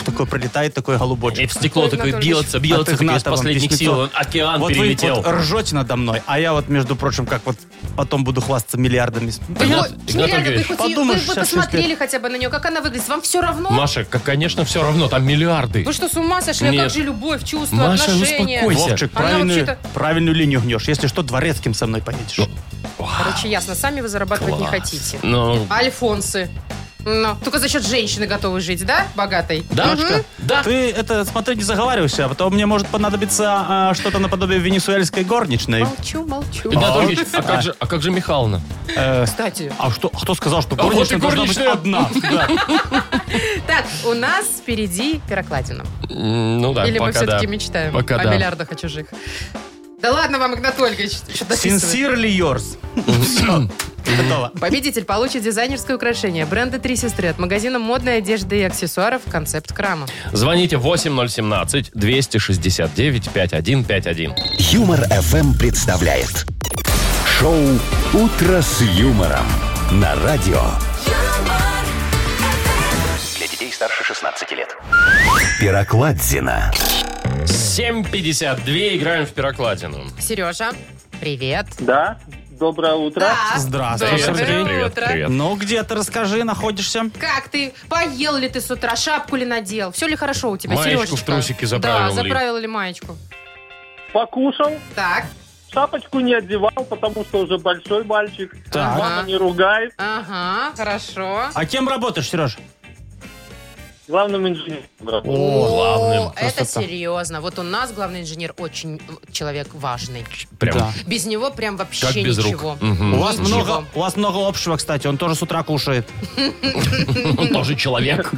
[SPEAKER 5] такой пролетает такой голубочек.
[SPEAKER 3] И [LAUGHS] в стекло
[SPEAKER 4] Ой,
[SPEAKER 3] такое
[SPEAKER 4] Анатолий
[SPEAKER 3] бьется,
[SPEAKER 5] От
[SPEAKER 3] бьется такое из
[SPEAKER 5] Игнатова
[SPEAKER 3] последних
[SPEAKER 5] письмецо.
[SPEAKER 3] сил. Он Океан
[SPEAKER 5] вот
[SPEAKER 3] перелетел.
[SPEAKER 5] Вы вот ржете надо мной, а я вот, между прочим, как вот потом буду хвастаться миллиардами.
[SPEAKER 4] Вы
[SPEAKER 3] Игнат-
[SPEAKER 4] хоть-
[SPEAKER 3] Игнат
[SPEAKER 4] Нереально, вы
[SPEAKER 3] Ольгович,
[SPEAKER 4] хоть её- вы
[SPEAKER 5] подумаешь,
[SPEAKER 4] бы
[SPEAKER 5] сейчас
[SPEAKER 4] посмотрели хотя бы на нее, как она выглядит. Вам все равно?
[SPEAKER 3] Маша, как, конечно, все равно, там миллиарды.
[SPEAKER 4] Вы что, с ума сошли? А
[SPEAKER 3] Нет.
[SPEAKER 4] как же любовь, чувства,
[SPEAKER 3] Маша,
[SPEAKER 4] отношения?
[SPEAKER 3] успокойся.
[SPEAKER 5] Вовчик,
[SPEAKER 4] Она
[SPEAKER 5] правильную,
[SPEAKER 4] А вообще-то-
[SPEAKER 5] правильную линию гнешь. Если что, дворецким со мной поедешь.
[SPEAKER 3] Ну,
[SPEAKER 4] Короче, ясно, сами вы зарабатывать не
[SPEAKER 3] Класс.
[SPEAKER 4] хотите.
[SPEAKER 3] Ну,
[SPEAKER 4] Альфонсы. Ну, только за счет женщины готовы жить, да, богатой?
[SPEAKER 3] да, Машка? Да.
[SPEAKER 5] Ты это, смотри, не заговаривайся, а потом мне может понадобиться а, что-то наподобие венесуэльской горничной.
[SPEAKER 4] Молчу, молчу.
[SPEAKER 3] Игнат Ольгович, а как же, а как же Михална?
[SPEAKER 5] Э,
[SPEAKER 4] Кстати,
[SPEAKER 5] а что, кто сказал, что
[SPEAKER 3] А вот и
[SPEAKER 5] горничная должна быть
[SPEAKER 3] горничная.
[SPEAKER 4] [LAUGHS]
[SPEAKER 5] одна? Да.
[SPEAKER 4] так, у нас впереди пирокладина.
[SPEAKER 3] М, Ну да,
[SPEAKER 4] Или мы
[SPEAKER 3] пока да.
[SPEAKER 4] все-таки мечтаем
[SPEAKER 3] Пока
[SPEAKER 4] о
[SPEAKER 3] да.
[SPEAKER 4] миллиардах, о чужих? Да ладно вам, Игнат Ольгович, что дописывать.
[SPEAKER 5] Sincerely yours. Все, готово.
[SPEAKER 4] Победитель получит дизайнерское украшение бренда «Три сестры» от магазина модной одежды и аксессуаров «Концепт Крама».
[SPEAKER 3] [CLEARS THROAT] Звоните 8017-269-5151.
[SPEAKER 1] Юмор FM представляет шоу Утро с юмором на радио
[SPEAKER 6] Для детей старше 16 лет.
[SPEAKER 1] Пирокладзина.
[SPEAKER 3] 7.52, играем в пирокладину.
[SPEAKER 4] Сережа, привет.
[SPEAKER 8] Да, доброе утро.
[SPEAKER 4] А,
[SPEAKER 5] Здравствуй,
[SPEAKER 4] Доброе
[SPEAKER 5] Сергей.
[SPEAKER 3] Привет,
[SPEAKER 4] утро.
[SPEAKER 3] привет.
[SPEAKER 5] Ну, где ты, расскажи, находишься?
[SPEAKER 4] Как ты? Поел ли ты с утра? Шапку ли надел? Все ли хорошо у тебя,
[SPEAKER 3] Маечку
[SPEAKER 4] Сережечка?
[SPEAKER 3] в трусики заправил
[SPEAKER 4] Да,
[SPEAKER 3] ли?
[SPEAKER 4] заправил ли маечку?
[SPEAKER 8] Покушал,
[SPEAKER 4] Так,
[SPEAKER 8] шапочку не одевал, потому что уже большой мальчик.
[SPEAKER 5] Так.
[SPEAKER 8] Мама не ругает,
[SPEAKER 4] ага, хорошо.
[SPEAKER 5] А кем работаешь, Сереж?
[SPEAKER 8] главным инженером.
[SPEAKER 3] О, главным.
[SPEAKER 4] это
[SPEAKER 5] красота.
[SPEAKER 4] серьезно. Вот у нас главный инженер очень э, человек важный.
[SPEAKER 3] Прям.
[SPEAKER 5] Да.
[SPEAKER 4] Без него прям вообще
[SPEAKER 3] Как без рук.
[SPEAKER 4] ничего.
[SPEAKER 3] Мгм.
[SPEAKER 5] У вас,
[SPEAKER 4] Ничего.
[SPEAKER 5] много, у вас много общего, кстати. Он тоже с утра кушает.
[SPEAKER 3] Он тоже
[SPEAKER 4] [LAUGHS]
[SPEAKER 3] человек.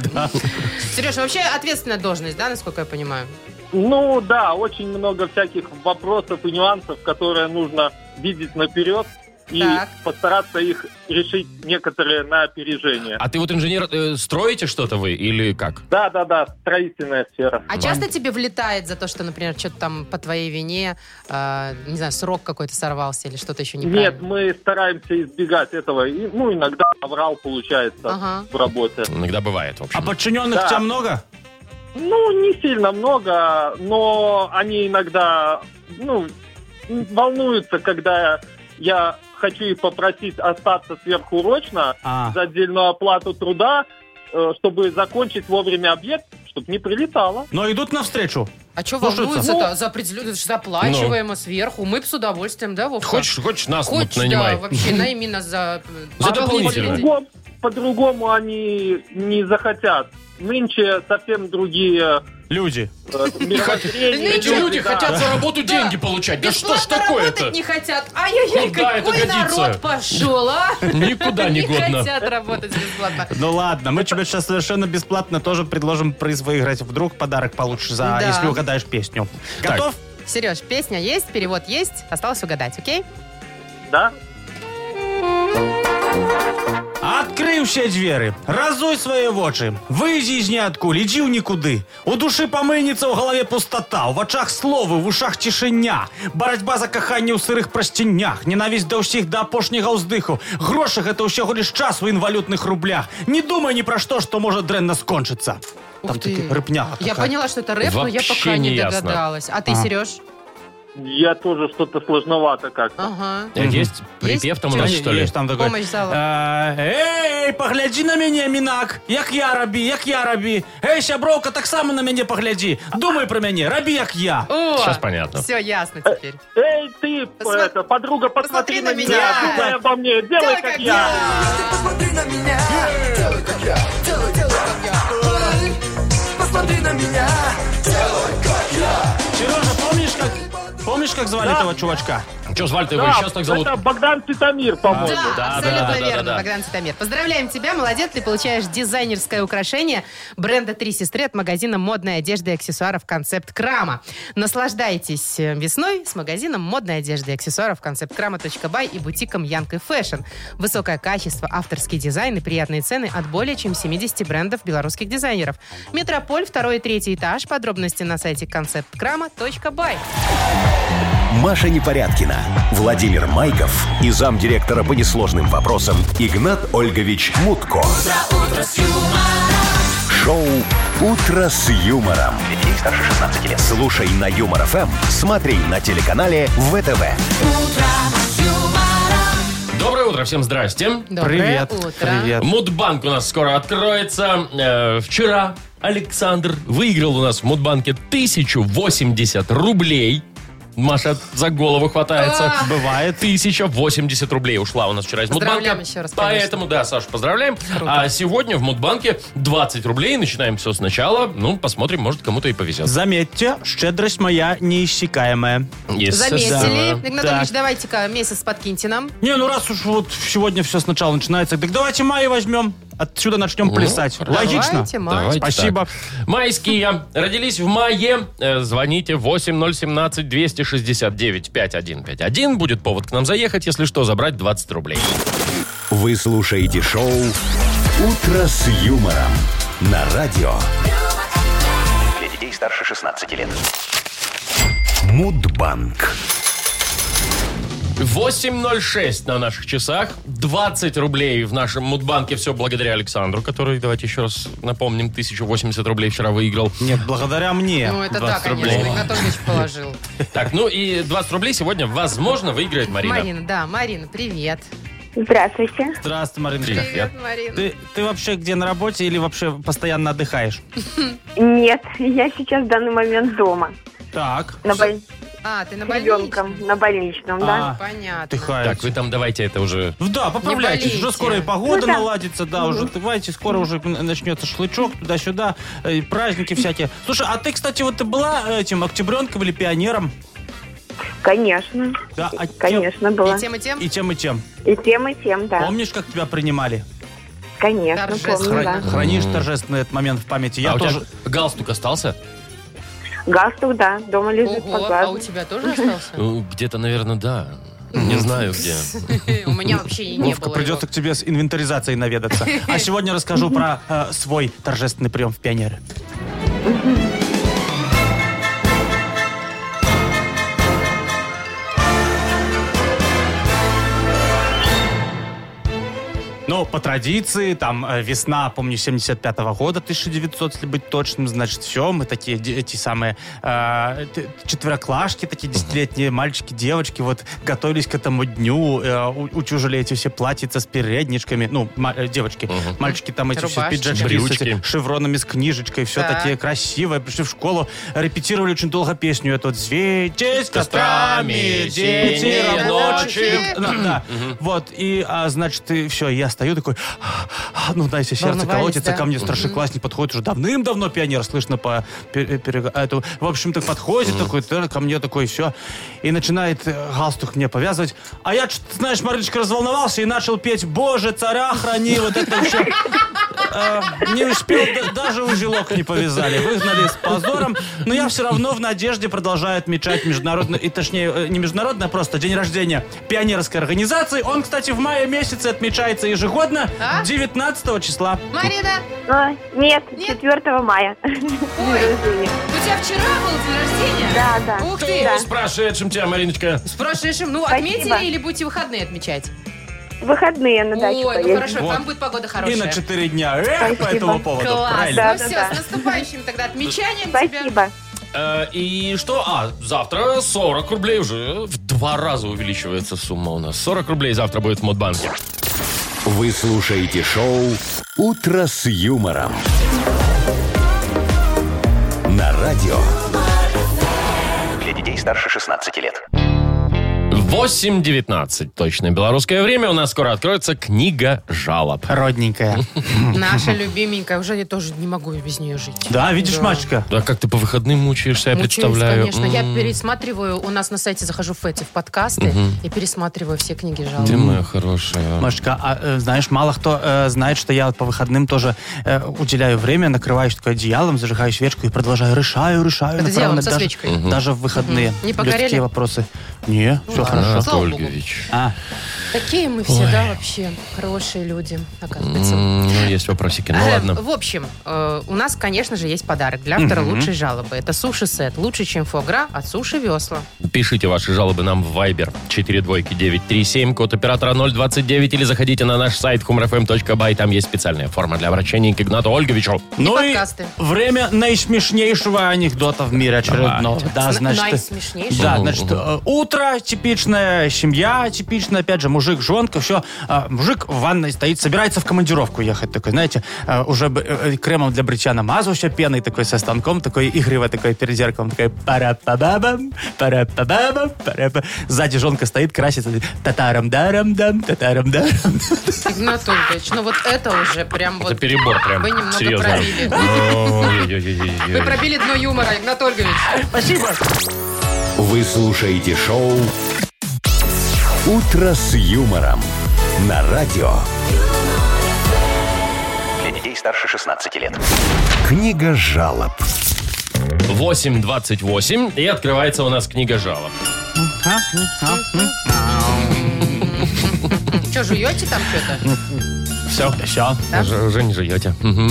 [SPEAKER 4] Сереж, вообще ответственная должность, да, насколько я понимаю?
[SPEAKER 8] Ну да, очень много всяких вопросов и нюансов, которые нужно видеть наперед и
[SPEAKER 4] Так.
[SPEAKER 8] постараться их решить некоторые на опережение.
[SPEAKER 3] А ты вот инженер, э, строите что-то вы или как?
[SPEAKER 8] Да, да, да, строительная сфера.
[SPEAKER 4] А часто тебе влетает за то, что, например, что-то там по твоей вине, э, не знаю, срок какой-то сорвался или что-то еще
[SPEAKER 8] Нет,
[SPEAKER 4] неправильно?
[SPEAKER 8] мы стараемся избегать этого. И, ну, иногда оврал получается
[SPEAKER 4] Ага.
[SPEAKER 8] в работе.
[SPEAKER 3] Иногда бывает, в
[SPEAKER 5] А
[SPEAKER 3] общем.
[SPEAKER 5] подчиненных
[SPEAKER 8] Да.
[SPEAKER 5] у тебя много?
[SPEAKER 8] Ну, не сильно много, но они иногда, ну, волнуются, когда я хочу их попросить остаться сверхурочно
[SPEAKER 5] А,
[SPEAKER 8] за отдельную оплату труда, э, чтобы закончить вовремя объект, чтобы не прилетало.
[SPEAKER 5] Но идут навстречу.
[SPEAKER 4] А что
[SPEAKER 5] Слушай,
[SPEAKER 3] ну,
[SPEAKER 4] волнуется-то? За определенную заплачиваемо сверху. Мы б с удовольствием, да, Вовка?
[SPEAKER 3] Хочешь, хочешь нас вот
[SPEAKER 4] Хочешь,
[SPEAKER 3] нанимай.
[SPEAKER 4] да, вообще найми нас за... э,
[SPEAKER 3] За
[SPEAKER 4] за
[SPEAKER 3] дополнительное.
[SPEAKER 4] дополнительное.
[SPEAKER 8] А По-другому, по-другому они не захотят. Нынче совсем другие
[SPEAKER 5] Люди.
[SPEAKER 3] [LAUGHS]
[SPEAKER 8] э, мировоззрения.
[SPEAKER 3] Эти
[SPEAKER 4] Ничего.
[SPEAKER 3] люди
[SPEAKER 8] Да.
[SPEAKER 3] хотят за работу
[SPEAKER 4] Ну, Да.
[SPEAKER 3] деньги получать. Да что ж
[SPEAKER 4] Бесплатно
[SPEAKER 3] такое-то?
[SPEAKER 4] работать не хотят. Ай-яй-яй,
[SPEAKER 3] Куда
[SPEAKER 4] какой
[SPEAKER 3] это годится?
[SPEAKER 4] народ пошел, а?
[SPEAKER 3] [LAUGHS] Никуда не
[SPEAKER 4] [LAUGHS] Не
[SPEAKER 3] годно.
[SPEAKER 4] хотят работать бесплатно.
[SPEAKER 5] Ну ладно, мы тебе сейчас совершенно бесплатно тоже предложим приз выиграть. Вдруг подарок получишь, за,
[SPEAKER 4] Да.
[SPEAKER 5] если угадаешь песню.
[SPEAKER 3] Так.
[SPEAKER 5] Готов?
[SPEAKER 4] Сереж, песня есть, перевод есть. Осталось угадать, окей?
[SPEAKER 8] Да?
[SPEAKER 5] Открыў усе дзверы, разуй свае вочы, выйдзі з ніадкуль, ідзі ў нікуды. У душы памыецца ў галаве пустата, у вачах словы, в ушах цішыня, барацьба за каханне ў сырых прасцінях, ненавісць да ўсіх да апошняга ўздыху. Грошы гэта ўсяго лишь час у інвалютных рублях. Не думай ні пра што, што можа дрэнна скончыцца.
[SPEAKER 4] Ух
[SPEAKER 5] Там
[SPEAKER 4] ты.
[SPEAKER 5] такі рыпняга
[SPEAKER 4] Я
[SPEAKER 5] такая.
[SPEAKER 4] поняла, что это рэп, но я
[SPEAKER 3] Вообще
[SPEAKER 4] пока не
[SPEAKER 3] не ясно.
[SPEAKER 4] догадалась. А ты,
[SPEAKER 5] Ага.
[SPEAKER 4] Сереж?
[SPEAKER 8] Я тоже что-то сложновато как-то.
[SPEAKER 4] Ага.
[SPEAKER 3] Э, Есть припев там у нас,
[SPEAKER 5] Есть-
[SPEAKER 3] что ли?
[SPEAKER 5] есть там такой,
[SPEAKER 4] Помощь зала.
[SPEAKER 5] «Э, Эй, паглядзі на мяне, мінак, як я рабі, як я рабі. Эй, сяброўка, таксама на мяне паглядзі. Думай пра мяне, рабі як я.
[SPEAKER 3] Сейчас понятно.
[SPEAKER 4] Все ясно
[SPEAKER 8] Э,
[SPEAKER 4] теперь.
[SPEAKER 8] Эй, ты,
[SPEAKER 4] Посма-
[SPEAKER 8] это, подруга,
[SPEAKER 4] посмотри
[SPEAKER 8] посмотри, на
[SPEAKER 4] на
[SPEAKER 8] меня,
[SPEAKER 4] меня.
[SPEAKER 8] думай обо мне, делай, как, я.
[SPEAKER 2] Посмотри на меня, делай как я, делай, делай как я. Ой, Посмотри на меня,
[SPEAKER 5] Сережа, помнишь, как, помнишь, как звали этого чувачка?
[SPEAKER 3] Че звали-то его? Сейчас так зовут.
[SPEAKER 8] это Богдан Питамир, по-моему.
[SPEAKER 4] Да,
[SPEAKER 3] да,
[SPEAKER 4] абсолютно
[SPEAKER 3] да, да,
[SPEAKER 4] верно,
[SPEAKER 3] да, да.
[SPEAKER 4] Богдан Цитамир. Поздравляем тебя, молодец, ты получаешь дизайнерское украшение бренда «Три сестры» от магазина модной одежды и аксессуаров «Концепт Крама». Наслаждайтесь э, весной с магазином модной одежды и аксессуаров «Концепт Крама.бай» и бутиком «Янка Фэшн». Высокое качество, авторский дизайн и приятные цены от более чем 70 брендов белорусских дизайнеров. Метрополь, второй и третий этаж. Подробности на сайте концепткрама.бай.
[SPEAKER 1] Маша Непорядкина, Владимир Майков и замдиректора по несложным вопросам Игнат Ольгович Мутко. Шоу Утро с юмором.
[SPEAKER 6] Для детей старше 16 лет.
[SPEAKER 1] Слушай на юмор ФМ, смотри на телеканале ВТВ.
[SPEAKER 3] Доброе утро, всем здрасте.
[SPEAKER 4] Доброе утро.
[SPEAKER 5] Привет.
[SPEAKER 3] Мудбанк у нас скоро откроется. Э, вчера Александр выиграл у нас в Мудбанке 1080 рублей. Маша за голову хватается.
[SPEAKER 4] А.
[SPEAKER 3] Бывает. 1080 рублей ушла у нас вчера из
[SPEAKER 4] Поздравляем
[SPEAKER 3] Мудбанка.
[SPEAKER 4] еще раз, конечно.
[SPEAKER 3] Поэтому, да, Саша, поздравляем. А сегодня в Мудбанке 20 рублей. Начинаем все сначала. Ну, посмотрим, может, кому-то и повезет.
[SPEAKER 5] Заметьте, щедрость моя неиссякаемая.
[SPEAKER 4] Заметили.
[SPEAKER 5] Да.
[SPEAKER 4] Игнат
[SPEAKER 5] Так.
[SPEAKER 4] Ольгович, давайте-ка месяц подкиньте нам.
[SPEAKER 5] Не, ну раз уж вот сегодня все сначала начинается, так давайте май возьмем, отсюда начнем
[SPEAKER 3] Ну,
[SPEAKER 5] плясать. Логично.
[SPEAKER 4] Давайте, Маш.
[SPEAKER 3] Давайте
[SPEAKER 5] Спасибо.
[SPEAKER 3] так. Майские. Родились в мае. Э, Звоните 8017-269-5151. Будет повод к нам заехать. Если что, забрать 20 рублей.
[SPEAKER 1] Вы слушаете шоу Утро с юмором на радио
[SPEAKER 6] Для детей старше 16 лет.
[SPEAKER 1] Мудбанк.
[SPEAKER 3] 8.06 на наших часах. 20 рублей в нашем Мудбанке. Все благодаря Александру, который, давайте еще раз напомним, 1080 рублей вчера выиграл.
[SPEAKER 5] Нет, благодаря мне.
[SPEAKER 4] Ну, это так,
[SPEAKER 5] 20
[SPEAKER 4] конечно,
[SPEAKER 5] рублей.
[SPEAKER 4] Игнат Ольгович
[SPEAKER 5] [LAUGHS]
[SPEAKER 4] положил.
[SPEAKER 3] Так, ну и 20 рублей сегодня, возможно, выиграет Марина.
[SPEAKER 4] Марина, да, Марина, привет.
[SPEAKER 7] Здравствуйте.
[SPEAKER 5] Здравствуй, Маринка.
[SPEAKER 3] Привет. Я-
[SPEAKER 4] Марина.
[SPEAKER 5] Ты, ты вообще где на работе или вообще постоянно отдыхаешь?
[SPEAKER 7] Нет, я сейчас в данный момент дома.
[SPEAKER 5] Так.
[SPEAKER 7] На боль-
[SPEAKER 4] А, ты на
[SPEAKER 7] С ребенком,
[SPEAKER 4] больничном?
[SPEAKER 7] на больничном, да.
[SPEAKER 5] А,
[SPEAKER 4] Понятно.
[SPEAKER 5] отдыхаешь.
[SPEAKER 3] Так, вы там давайте это уже...
[SPEAKER 5] Ну Да, поправляйтесь,
[SPEAKER 4] Не
[SPEAKER 5] уже
[SPEAKER 4] болейте.
[SPEAKER 5] скоро и погода
[SPEAKER 7] Ну да.
[SPEAKER 5] наладится, да, уже, давайте, скоро уже начнется шашлычок туда-сюда, э, и праздники всякие. Слушай, а ты, кстати, вот ты была э, этим октябренком или пионером?
[SPEAKER 7] Конечно.
[SPEAKER 5] Да, а тем-
[SPEAKER 7] Конечно, было.
[SPEAKER 4] И тем, и тем?
[SPEAKER 5] И тем, и тем.
[SPEAKER 7] И тем, и тем, да.
[SPEAKER 5] Помнишь, как тебя принимали?
[SPEAKER 7] Конечно,
[SPEAKER 4] Торжественно.
[SPEAKER 7] помню,
[SPEAKER 5] Хра-
[SPEAKER 7] да.
[SPEAKER 5] Хранишь торжественно этот момент в памяти. Я
[SPEAKER 3] а у
[SPEAKER 5] тоже.
[SPEAKER 3] тебя галстук остался?
[SPEAKER 7] Галстук, да, дома лежит по
[SPEAKER 4] Ого, а у
[SPEAKER 7] глазу.
[SPEAKER 4] тебя тоже остался?
[SPEAKER 5] [LAUGHS]
[SPEAKER 3] Ну, Где-то, наверное, да. Не знаю где.
[SPEAKER 4] Э, У меня вообще и не
[SPEAKER 5] Вовка,
[SPEAKER 4] было
[SPEAKER 5] придется к тебе с
[SPEAKER 3] [LAUGHS]
[SPEAKER 5] инвентаризацией наведаться. А сегодня расскажу про э, свой торжественный прием в пионеры. Ну, по традиции, там, э, весна, помню, 75 года, 1900, если быть точным, значит, все, мы такие, де- эти самые э, т- четвероклашки, такие десятилетние мальчики, девочки, вот, готовились к этому дню, э, у- утюжили эти все платьица с передничками, ну, ма- э, девочки, мальчики там эти все
[SPEAKER 4] Рубашки.
[SPEAKER 5] пиджачки с этим
[SPEAKER 3] Брючки.
[SPEAKER 5] шевронами, с книжечкой, все
[SPEAKER 4] Так.
[SPEAKER 5] такие красивые, пришли в школу, репетировали очень долго песню эту «Цветись кострами, дети
[SPEAKER 3] синие
[SPEAKER 4] ночи».
[SPEAKER 5] рабочие». Да, да. Вот, и, а, значит, и все, я стою такой, ну, да, если сердце
[SPEAKER 4] Волновались,
[SPEAKER 5] колотится,
[SPEAKER 4] да?
[SPEAKER 5] ко мне старшеклассник подходит уже давным-давно, пионер, слышно по пер- э, перег- этому. В общем-то, подходит такой, «Ты?» ко мне такой, все, и начинает э, галстук мне повязывать. А я, чё-то, знаешь, Мариночка, разволновался и начал петь «Боже, царя храни», вот это все. Э, Не успел, да- даже узелок не повязали. Выгнали с позором. Но я все равно в надежде продолжаю отмечать международный, и точнее, э, не международный, а просто день рождения пионерской организации. Он, кстати, в мае месяце отмечается ежегодно,
[SPEAKER 4] А?
[SPEAKER 5] 19 числа.
[SPEAKER 4] Марина,
[SPEAKER 7] А, Нет,
[SPEAKER 4] Нет?
[SPEAKER 7] 4 мая. [LAUGHS] День рождения.
[SPEAKER 4] у тебя вчера был день рождения?
[SPEAKER 7] Да, да.
[SPEAKER 4] Ух ты!
[SPEAKER 7] Да.
[SPEAKER 3] С прошедшим тебя, Мариночка.
[SPEAKER 4] С прошедшим. Ну,
[SPEAKER 7] Спасибо.
[SPEAKER 4] отметили или будете выходные отмечать?
[SPEAKER 7] Выходные на дачу
[SPEAKER 4] Ой, ну
[SPEAKER 7] поедем.
[SPEAKER 4] хорошо,
[SPEAKER 5] Вот.
[SPEAKER 4] там будет погода
[SPEAKER 5] И на
[SPEAKER 4] хорошая.
[SPEAKER 5] 4 дня. Эх, по
[SPEAKER 7] Спасибо.
[SPEAKER 5] этому поводу.
[SPEAKER 4] Класс.
[SPEAKER 5] Правильно.
[SPEAKER 7] Да,
[SPEAKER 4] Ну
[SPEAKER 7] да,
[SPEAKER 4] все,
[SPEAKER 7] да.
[SPEAKER 4] с наступающим тогда отмечанием тебя.
[SPEAKER 7] Спасибо.
[SPEAKER 3] Э, И что? А, завтра 40 рублей уже в два раза увеличивается сумма у нас. 40 рублей завтра будет в Модбанке.
[SPEAKER 1] Вы слушаете шоу Утро с юмором. На радио
[SPEAKER 6] Для детей старше 16 лет.
[SPEAKER 3] 8.19 точно белорусское время. У нас скоро откроется книга жалоб.
[SPEAKER 5] Родненькая.
[SPEAKER 4] Наша любименькая. Уже я тоже не могу без нее жить.
[SPEAKER 5] Да, видишь, Машечка?
[SPEAKER 3] Да как ты по выходным мучаешься, я
[SPEAKER 4] Мучаюсь,
[SPEAKER 3] представляю.
[SPEAKER 4] конечно. Я
[SPEAKER 3] М,
[SPEAKER 4] пересматриваю, у нас на сайте захожу в Фэти, в подкасты, и пересматриваю все книги жалоб.
[SPEAKER 3] Ты моя хорошая.
[SPEAKER 5] Машечка, а э, знаешь, мало кто э, знает, что я по выходным тоже э, уделяю время, накрываюсь такое одеялом, зажигаю свечку и продолжаю решаю, решаю.
[SPEAKER 4] Одеялом
[SPEAKER 5] направо,
[SPEAKER 4] со
[SPEAKER 5] даже,
[SPEAKER 4] свечкой?
[SPEAKER 5] Даже в выходные.
[SPEAKER 4] Не Ну погорели?
[SPEAKER 5] Людские вопросы. Не, все хорошо.
[SPEAKER 4] Слава богу.
[SPEAKER 3] Ольгович.
[SPEAKER 5] А,
[SPEAKER 4] Такие мы все, да, вообще. Хорошие люди, оказывается.
[SPEAKER 3] М, Ну, есть вопросики. Ну,
[SPEAKER 4] Э,
[SPEAKER 3] ладно.
[SPEAKER 4] В общем, э, у нас, конечно же, есть подарок для автора лучшей жалобы. Это суши-сет. Лучше, чем фогра от суши весла.
[SPEAKER 3] Пишите ваши жалобы нам в Viber 42937, код оператора 029, или заходите на наш сайт humrfm.by, там есть специальная форма для обращения к Игнату Ольговичу.
[SPEAKER 5] ну и
[SPEAKER 4] подкасты.
[SPEAKER 5] время наисмешнейшего анекдота в мире очередного. Да,
[SPEAKER 4] Н-
[SPEAKER 5] значит...
[SPEAKER 4] наисмешнейший.
[SPEAKER 5] Да,
[SPEAKER 3] Мгм,
[SPEAKER 5] значит, э, утро типичное, семья типичная, опять же, мужик, жонка, все. Мужик в ванной стоит, собирается в командировку ехать, такой, знаете, э, уже б- э, кремом для бритья намазался, пеной такой со станком, такой игриво, такой перед зеркалом, такой пара па бам пара па бам пара Сзади жонка стоит, красится, татарам-дарам-дам, татарам-дарам.
[SPEAKER 4] Игнат Ольгович, ну вот это уже прям вот...
[SPEAKER 3] Это перебор прям.
[SPEAKER 4] Вы немного
[SPEAKER 3] серьезно. Ну,
[SPEAKER 4] пробили.
[SPEAKER 3] Ой-ой-ой-ой-ой.
[SPEAKER 4] Вы пробили дно юмора, Игнат Ольгович.
[SPEAKER 1] Вы слушаете шоу «Утро с юмором» на радио.
[SPEAKER 6] Для детей старше 16 лет.
[SPEAKER 1] Книга жалоб.
[SPEAKER 3] 8.28, и открывается у нас книга жалоб.
[SPEAKER 4] Что, жуете там
[SPEAKER 3] Ну,
[SPEAKER 4] что-то?
[SPEAKER 5] Все, все.
[SPEAKER 3] Ж- Хм. Уже не жуете. Мгм.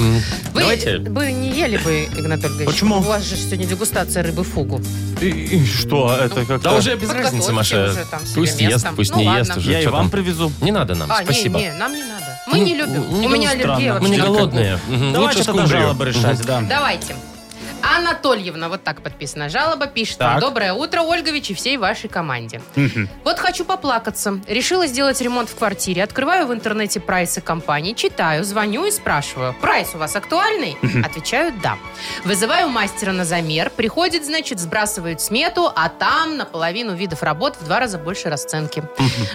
[SPEAKER 4] Вы
[SPEAKER 3] Давайте.
[SPEAKER 4] бы не ели бы, Игнат Ольгович.
[SPEAKER 5] Почему?
[SPEAKER 4] У вас же сегодня дегустация рыбы фугу.
[SPEAKER 5] И- и Что это как-то?
[SPEAKER 3] Да уже без разницы,
[SPEAKER 4] Подготовьте
[SPEAKER 3] Маша.
[SPEAKER 4] уже там себе
[SPEAKER 3] Пусть ест,
[SPEAKER 4] место.
[SPEAKER 3] пусть
[SPEAKER 4] Ну,
[SPEAKER 3] не
[SPEAKER 4] ладно.
[SPEAKER 3] ест уже.
[SPEAKER 5] Я и
[SPEAKER 3] Чё
[SPEAKER 5] вам
[SPEAKER 3] там?
[SPEAKER 5] привезу.
[SPEAKER 3] Не надо нам,
[SPEAKER 4] А, не,
[SPEAKER 3] спасибо.
[SPEAKER 4] не, нам не надо. Мы не любим. У меня аллергия
[SPEAKER 3] Мы не
[SPEAKER 4] вообще.
[SPEAKER 3] голодные. Мгм.
[SPEAKER 5] Давайте
[SPEAKER 3] Лучше
[SPEAKER 5] тогда
[SPEAKER 3] скумбрию.
[SPEAKER 5] жалобы решать, да.
[SPEAKER 4] Давайте. Анатольевна, вот так подписана жалоба, пишет вам.
[SPEAKER 5] Так.
[SPEAKER 4] Доброе утро, Ольгович и всей вашей команде. Вот хочу поплакаться. Решила сделать ремонт в квартире. Открываю в интернете прайсы компании, читаю, звоню и спрашиваю. Прайс у вас актуальный? Отвечают да. Вызываю мастера на замер. Приходит, значит, сбрасывают смету, а там наполовину видов работ в два раза больше расценки.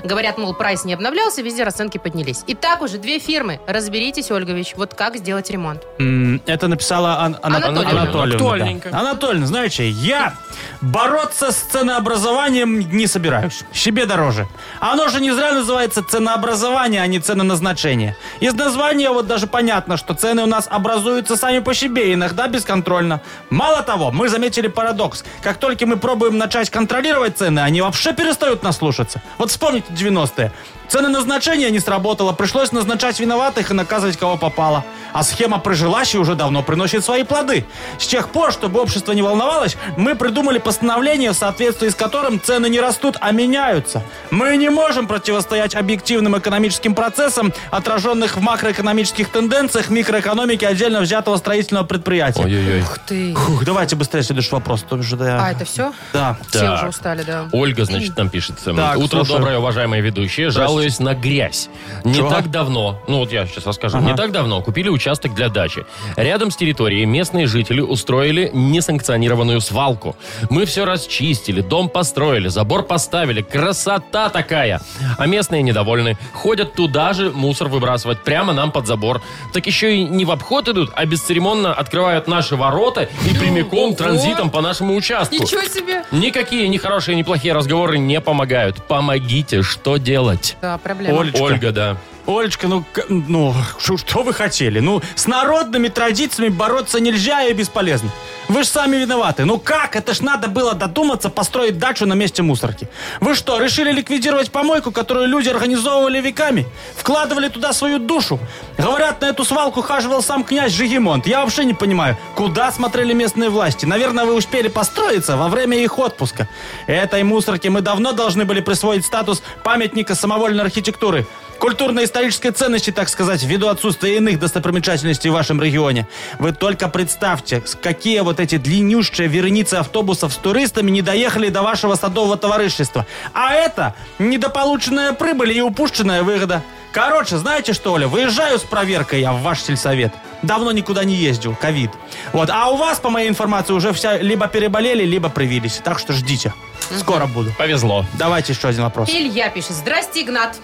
[SPEAKER 4] Говорят, мол, прайс не обновлялся, везде расценки поднялись. И так уже две фирмы. Разберитесь, Ольгович, вот как сделать ремонт.
[SPEAKER 5] М, Это написала Ан- Ана-
[SPEAKER 4] Анатольевна.
[SPEAKER 5] Анатольевна.
[SPEAKER 3] Актуальненько.
[SPEAKER 5] да. Анатольевна, знаете, я бороться с ценообразованием не собираюсь. Себе дороже. Оно же не зря называется ценообразование, а не ценоназначение. Из названия вот даже понятно, что цены у нас образуются сами по себе, иногда бесконтрольно. Мало того, мы заметили парадокс. Как только мы пробуем начать контролировать цены, они вообще перестают нас слушаться. Вот вспомните 90-е. Ценоназначение не сработало, пришлось назначать виноватых и наказывать кого попало. А схема «Прожилаще» уже давно приносит свои плоды. С тех пор, чтобы общество не волновалось, мы придумали постановление, в соответствии с которым цены не растут, а меняются. Мы не можем противостоять объективным экономическим процессам, отраженных в макроэкономических тенденциях микроэкономики отдельно взятого строительного предприятия.
[SPEAKER 3] Ой-ой-ой.
[SPEAKER 4] Ух ты.
[SPEAKER 5] Фух, давайте быстрее следующий вопрос. то что я-
[SPEAKER 4] А, это все?
[SPEAKER 5] Да.
[SPEAKER 4] Все
[SPEAKER 3] Так.
[SPEAKER 4] уже устали, да.
[SPEAKER 3] Ольга, значит, нам пишет. эм,
[SPEAKER 5] Так,
[SPEAKER 3] Утро
[SPEAKER 5] слушаю.
[SPEAKER 3] доброе, уважаемые ведущие. Жалуюсь на грязь. Не
[SPEAKER 5] Чего?
[SPEAKER 3] так давно, ну вот я сейчас расскажу. Не так давно купили участок для дачи. Рядом с территорией местные жители устроили несанкционированную свалку. Мы все расчистили, дом построили, забор поставили. Красота такая! А местные недовольны. Ходят туда же мусор выбрасывать, прямо нам под забор. Так еще и не в обход идут, а бесцеремонно открывают наши ворота и прямиком
[SPEAKER 4] Ого!
[SPEAKER 3] транзитом по нашему участку.
[SPEAKER 4] Ничего себе!
[SPEAKER 3] Никакие ни хорошие, ни плохие разговоры не помогают. Помогите, что делать?
[SPEAKER 4] Да, проблема.
[SPEAKER 5] Оль- Олечка.
[SPEAKER 3] Ольга, да.
[SPEAKER 5] Олечка, ну, к- ну ш- что вы хотели? Ну, с народными традициями бороться нельзя и бесполезно. Вы же сами виноваты. Ну как? Это ж надо было додуматься построить дачу на месте мусорки. Вы что, решили ликвидировать помойку, которую люди организовывали веками? Вкладывали туда свою душу? Говорят, на эту свалку хаживал сам князь Жигимонт. Я вообще не понимаю, куда смотрели местные власти? Наверное, вы успели построиться во время их отпуска. Этой мусорке мы давно должны были присвоить статус памятника самовольной архитектуры культурно-исторической ценности, так сказать, ввиду отсутствия иных достопримечательностей в вашем регионе. Вы только представьте, с- какие вот эти длиннющие вереницы автобусов с туристами не доехали до вашего садового товарищества. А это недополученная прибыль и упущенная выгода. Короче, знаете что, Оля, выезжаю с проверкой я в ваш сельсовет. Давно никуда не ездил, ковид. Вот. А у вас, по моей информации, уже все либо переболели, либо привились. Так что ждите. Скоро буду.
[SPEAKER 3] Повезло.
[SPEAKER 5] Давайте еще один вопрос.
[SPEAKER 4] Илья пишет. Здрасте, Игнат.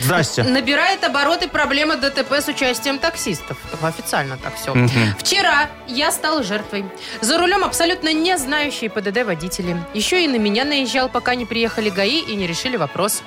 [SPEAKER 5] Здрасте.
[SPEAKER 4] Набирает обороты проблема ДТП с участием таксистов. Официально так все. Вчера я стал жертвой. За рулем абсолютно не знающие ПДД водители. Еще и на меня наезжал, пока не приехали ГАИ и не решили вопрос.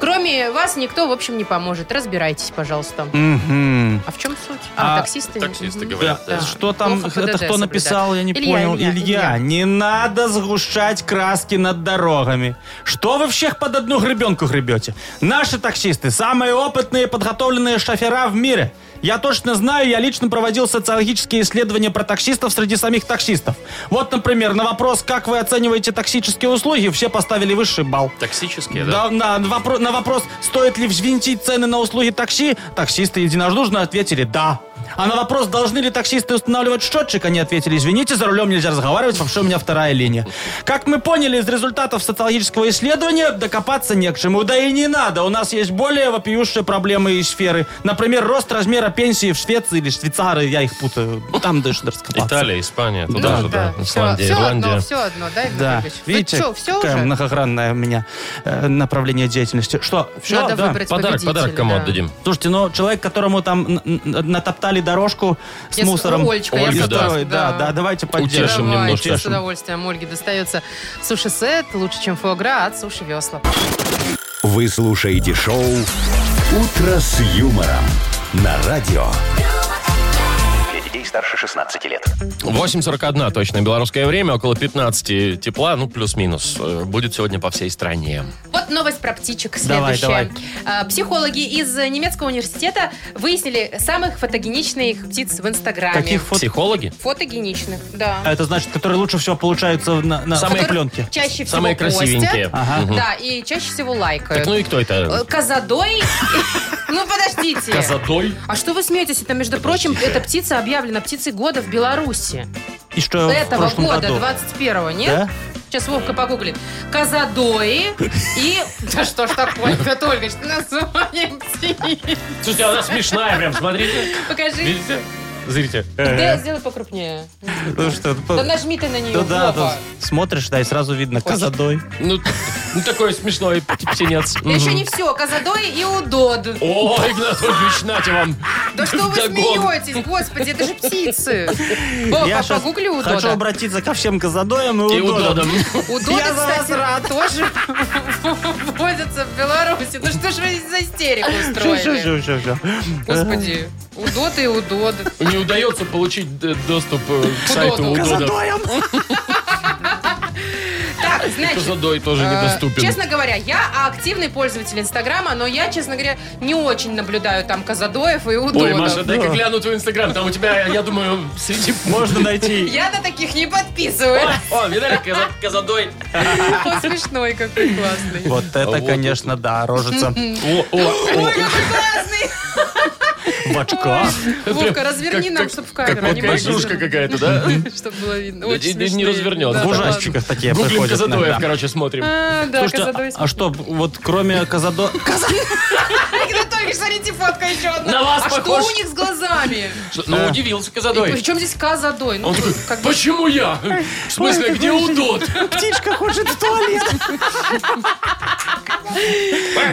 [SPEAKER 4] Кроме вас никто, в общем, не поможет. Разбирайтесь, пожалуйста.
[SPEAKER 5] Мгм.
[SPEAKER 4] А в чем суть? А,
[SPEAKER 5] А,
[SPEAKER 4] таксисты?
[SPEAKER 3] таксисты
[SPEAKER 4] Мгм.
[SPEAKER 3] говорят,
[SPEAKER 5] Да,
[SPEAKER 3] да.
[SPEAKER 5] Что там,
[SPEAKER 4] Плохо ПДД
[SPEAKER 5] это кто написал, я не
[SPEAKER 4] соблюдать.
[SPEAKER 5] понял.
[SPEAKER 4] Илья,
[SPEAKER 5] Илья,
[SPEAKER 4] Илья, Илья.
[SPEAKER 5] не надо сгущать краски над дорогами. Что вы всех под одну гребенку гребете? Наши таксисты самые опытные, подготовленные шофера в мире. Я точно знаю, я лично проводил социологические исследования про таксистов среди самих таксистов. Вот, например, на вопрос, как вы оцениваете токсические услуги, все поставили высший балл.
[SPEAKER 3] Токсические, да?
[SPEAKER 5] Да, на, на вопро- на вопрос, стоит ли взвинтить цены на услуги такси, таксисты единодушно ответили «да». А на вопрос, должны ли таксисты устанавливать счетчик, они ответили «извините, за рулем нельзя разговаривать, вообще у меня вторая линия». Как мы поняли из результатов социологического исследования, докопаться не к чему. Да и не надо, у нас есть более вопиющие проблемы и сферы. Например, рост размера пенсии в Швеции или Швейцарии, я их путаю. Там дальше раскопаться.
[SPEAKER 3] Италия, Испания,
[SPEAKER 5] Ну
[SPEAKER 3] туда
[SPEAKER 4] Ну
[SPEAKER 3] же, да. Исландия,
[SPEAKER 4] все,
[SPEAKER 3] Ирландия.
[SPEAKER 4] одно, все одно, да, Игорь
[SPEAKER 5] Да,
[SPEAKER 4] Игоревич?
[SPEAKER 5] видите,
[SPEAKER 4] Вы что, все
[SPEAKER 5] какая
[SPEAKER 4] уже?
[SPEAKER 5] многогранное у меня э, направление деятельности. Что, все,
[SPEAKER 4] Надо
[SPEAKER 5] да.
[SPEAKER 4] выбрать
[SPEAKER 3] Подарок,
[SPEAKER 4] победителя,
[SPEAKER 3] подарок кому
[SPEAKER 4] да.
[SPEAKER 3] отдадим?
[SPEAKER 5] Слушайте, но человек, которому там н- н- натоптали дорожку с
[SPEAKER 4] Я с-
[SPEAKER 5] мусором.
[SPEAKER 4] Олечка,
[SPEAKER 3] я
[SPEAKER 5] из
[SPEAKER 3] согласна,
[SPEAKER 5] которой,
[SPEAKER 4] да.
[SPEAKER 5] да, да, давайте
[SPEAKER 3] Утешим
[SPEAKER 5] поддержим.
[SPEAKER 3] Утешим.
[SPEAKER 4] Давайте,
[SPEAKER 3] немножко.
[SPEAKER 4] С удовольствием Ольге достается суши-сет лучше, чем фуагра от суши-весла.
[SPEAKER 1] Вы слушаете шоу «Утро с юмором» на радио.
[SPEAKER 6] Для детей старше 16 лет.
[SPEAKER 3] 8.41 точно белорусское время, около 15 тепла, ну плюс-минус. э, Будет сегодня по всей стране.
[SPEAKER 4] Вот новость про птичек
[SPEAKER 5] Давай,
[SPEAKER 4] следующая. А, Психологи из немецкого университета выяснили самых фотогеничных птиц в Инстаграме.
[SPEAKER 5] Каких фото?
[SPEAKER 3] Психологи?
[SPEAKER 4] Фотогеничных, да.
[SPEAKER 5] А Это значит, которые лучше всего получаются на, на
[SPEAKER 3] Самые-
[SPEAKER 5] фотопленке.
[SPEAKER 4] Чаще всего
[SPEAKER 3] Самые
[SPEAKER 4] постят.
[SPEAKER 3] красивенькие.
[SPEAKER 5] Ага.
[SPEAKER 3] Мгм.
[SPEAKER 4] Да, и чаще всего лайкают.
[SPEAKER 3] Так ну и кто
[SPEAKER 4] Э,
[SPEAKER 3] это? [LAUGHS]
[SPEAKER 4] Козадой. Ну, подождите.
[SPEAKER 3] Казадой?
[SPEAKER 4] А что вы смеетесь? Это, между прочим, эта птица объявлена птицей года в Беларуси.
[SPEAKER 5] И что Ну, в
[SPEAKER 4] Этого
[SPEAKER 5] прошлом
[SPEAKER 4] года,
[SPEAKER 5] году?
[SPEAKER 4] 21-го, нет?
[SPEAKER 5] Да?
[SPEAKER 4] Сейчас Вовка погуглит. Козадои
[SPEAKER 5] [LAUGHS]
[SPEAKER 4] и... Да что ж такое, это только что название птиц.
[SPEAKER 3] Слушайте, она смешная прям,
[SPEAKER 4] [LAUGHS]
[SPEAKER 3] смотрите.
[SPEAKER 4] Покажи.
[SPEAKER 3] Видите? Зрите. Э,
[SPEAKER 4] Да, сделай покрупнее.
[SPEAKER 5] Ну что,
[SPEAKER 4] Да
[SPEAKER 5] по-
[SPEAKER 4] нажми ты на нее,
[SPEAKER 5] да, да,
[SPEAKER 4] Вова.
[SPEAKER 5] тут смотришь, да, и сразу видно, козадой.
[SPEAKER 3] Ну, ну, такой смешной птенец.
[SPEAKER 4] Да еще не все. Козадои и удод.
[SPEAKER 3] О, Игнат Ольгович, нате вам.
[SPEAKER 4] Да что вы
[SPEAKER 3] Догон.
[SPEAKER 4] смеетесь, господи, это же птицы. Вова,
[SPEAKER 5] щас
[SPEAKER 4] погугли
[SPEAKER 5] хочу
[SPEAKER 4] удода.
[SPEAKER 5] обратиться ко всем козадоям и,
[SPEAKER 3] И удодом.
[SPEAKER 4] Удоды,
[SPEAKER 5] Я за вас
[SPEAKER 4] кстати,
[SPEAKER 5] рад.
[SPEAKER 4] тоже вводятся в Беларуси. Ну что ж вы за истерику
[SPEAKER 5] Всё, всё,
[SPEAKER 4] устроили?
[SPEAKER 5] всё, всё, всё. Э,
[SPEAKER 4] Господи, удоты и удоды.
[SPEAKER 3] Не удается получить э, доступ э, к сайту
[SPEAKER 4] Удоду.
[SPEAKER 3] удода.
[SPEAKER 5] Козадоем!
[SPEAKER 4] Так, значит...
[SPEAKER 3] Казадой тоже
[SPEAKER 4] э,
[SPEAKER 3] недоступен.
[SPEAKER 4] Честно говоря, я активный пользователь Инстаграма, но я, честно говоря, не очень наблюдаю там Казадоев и Удодов.
[SPEAKER 3] Ой, Маша, дай-ка гляну твой инстаграм. Там у тебя, я думаю, среди...
[SPEAKER 4] [LAUGHS]
[SPEAKER 5] Можно найти.
[SPEAKER 4] Я на таких не подписываю.
[SPEAKER 3] О, видали, Каза- Казадой?
[SPEAKER 4] [LAUGHS] Он смешной какой, классный.
[SPEAKER 5] Вот это,
[SPEAKER 3] вот.
[SPEAKER 5] конечно, да, рожица
[SPEAKER 3] О, о, о.
[SPEAKER 4] Ой, какой классный!
[SPEAKER 5] в очках.
[SPEAKER 4] Вовка, разверни нам, чтобы в камеру.
[SPEAKER 3] а? Как
[SPEAKER 4] не можешь
[SPEAKER 3] кошушка
[SPEAKER 4] [LAUGHS] развернуть?
[SPEAKER 3] какая-то, да?
[SPEAKER 4] Чтобы было видно.
[SPEAKER 3] Да,
[SPEAKER 4] Очень
[SPEAKER 3] не- не
[SPEAKER 4] смешные.
[SPEAKER 3] развернет.
[SPEAKER 4] Да,
[SPEAKER 5] В
[SPEAKER 4] да
[SPEAKER 5] ужастиках такие
[SPEAKER 3] Гуглим
[SPEAKER 5] приходят
[SPEAKER 3] Казадоев,
[SPEAKER 5] иногда.
[SPEAKER 3] короче,
[SPEAKER 4] ладно.
[SPEAKER 3] смотрим.
[SPEAKER 4] А, да,
[SPEAKER 5] Слушайте,
[SPEAKER 4] Казадой.
[SPEAKER 5] а, а что, вот кроме [LAUGHS] Казадо...
[SPEAKER 4] Анатольевич, смотрите, фотка еще одна.
[SPEAKER 3] На вас
[SPEAKER 4] а
[SPEAKER 3] похож.
[SPEAKER 4] что у них с глазами?
[SPEAKER 3] Что-
[SPEAKER 5] А.
[SPEAKER 3] Ну, удивился Казадой.
[SPEAKER 4] Причем здесь Казадой? Ну,
[SPEAKER 3] Он такой,
[SPEAKER 4] как бы-
[SPEAKER 3] почему я? В смысле, где удод?
[SPEAKER 5] Птичка хочет в туалет.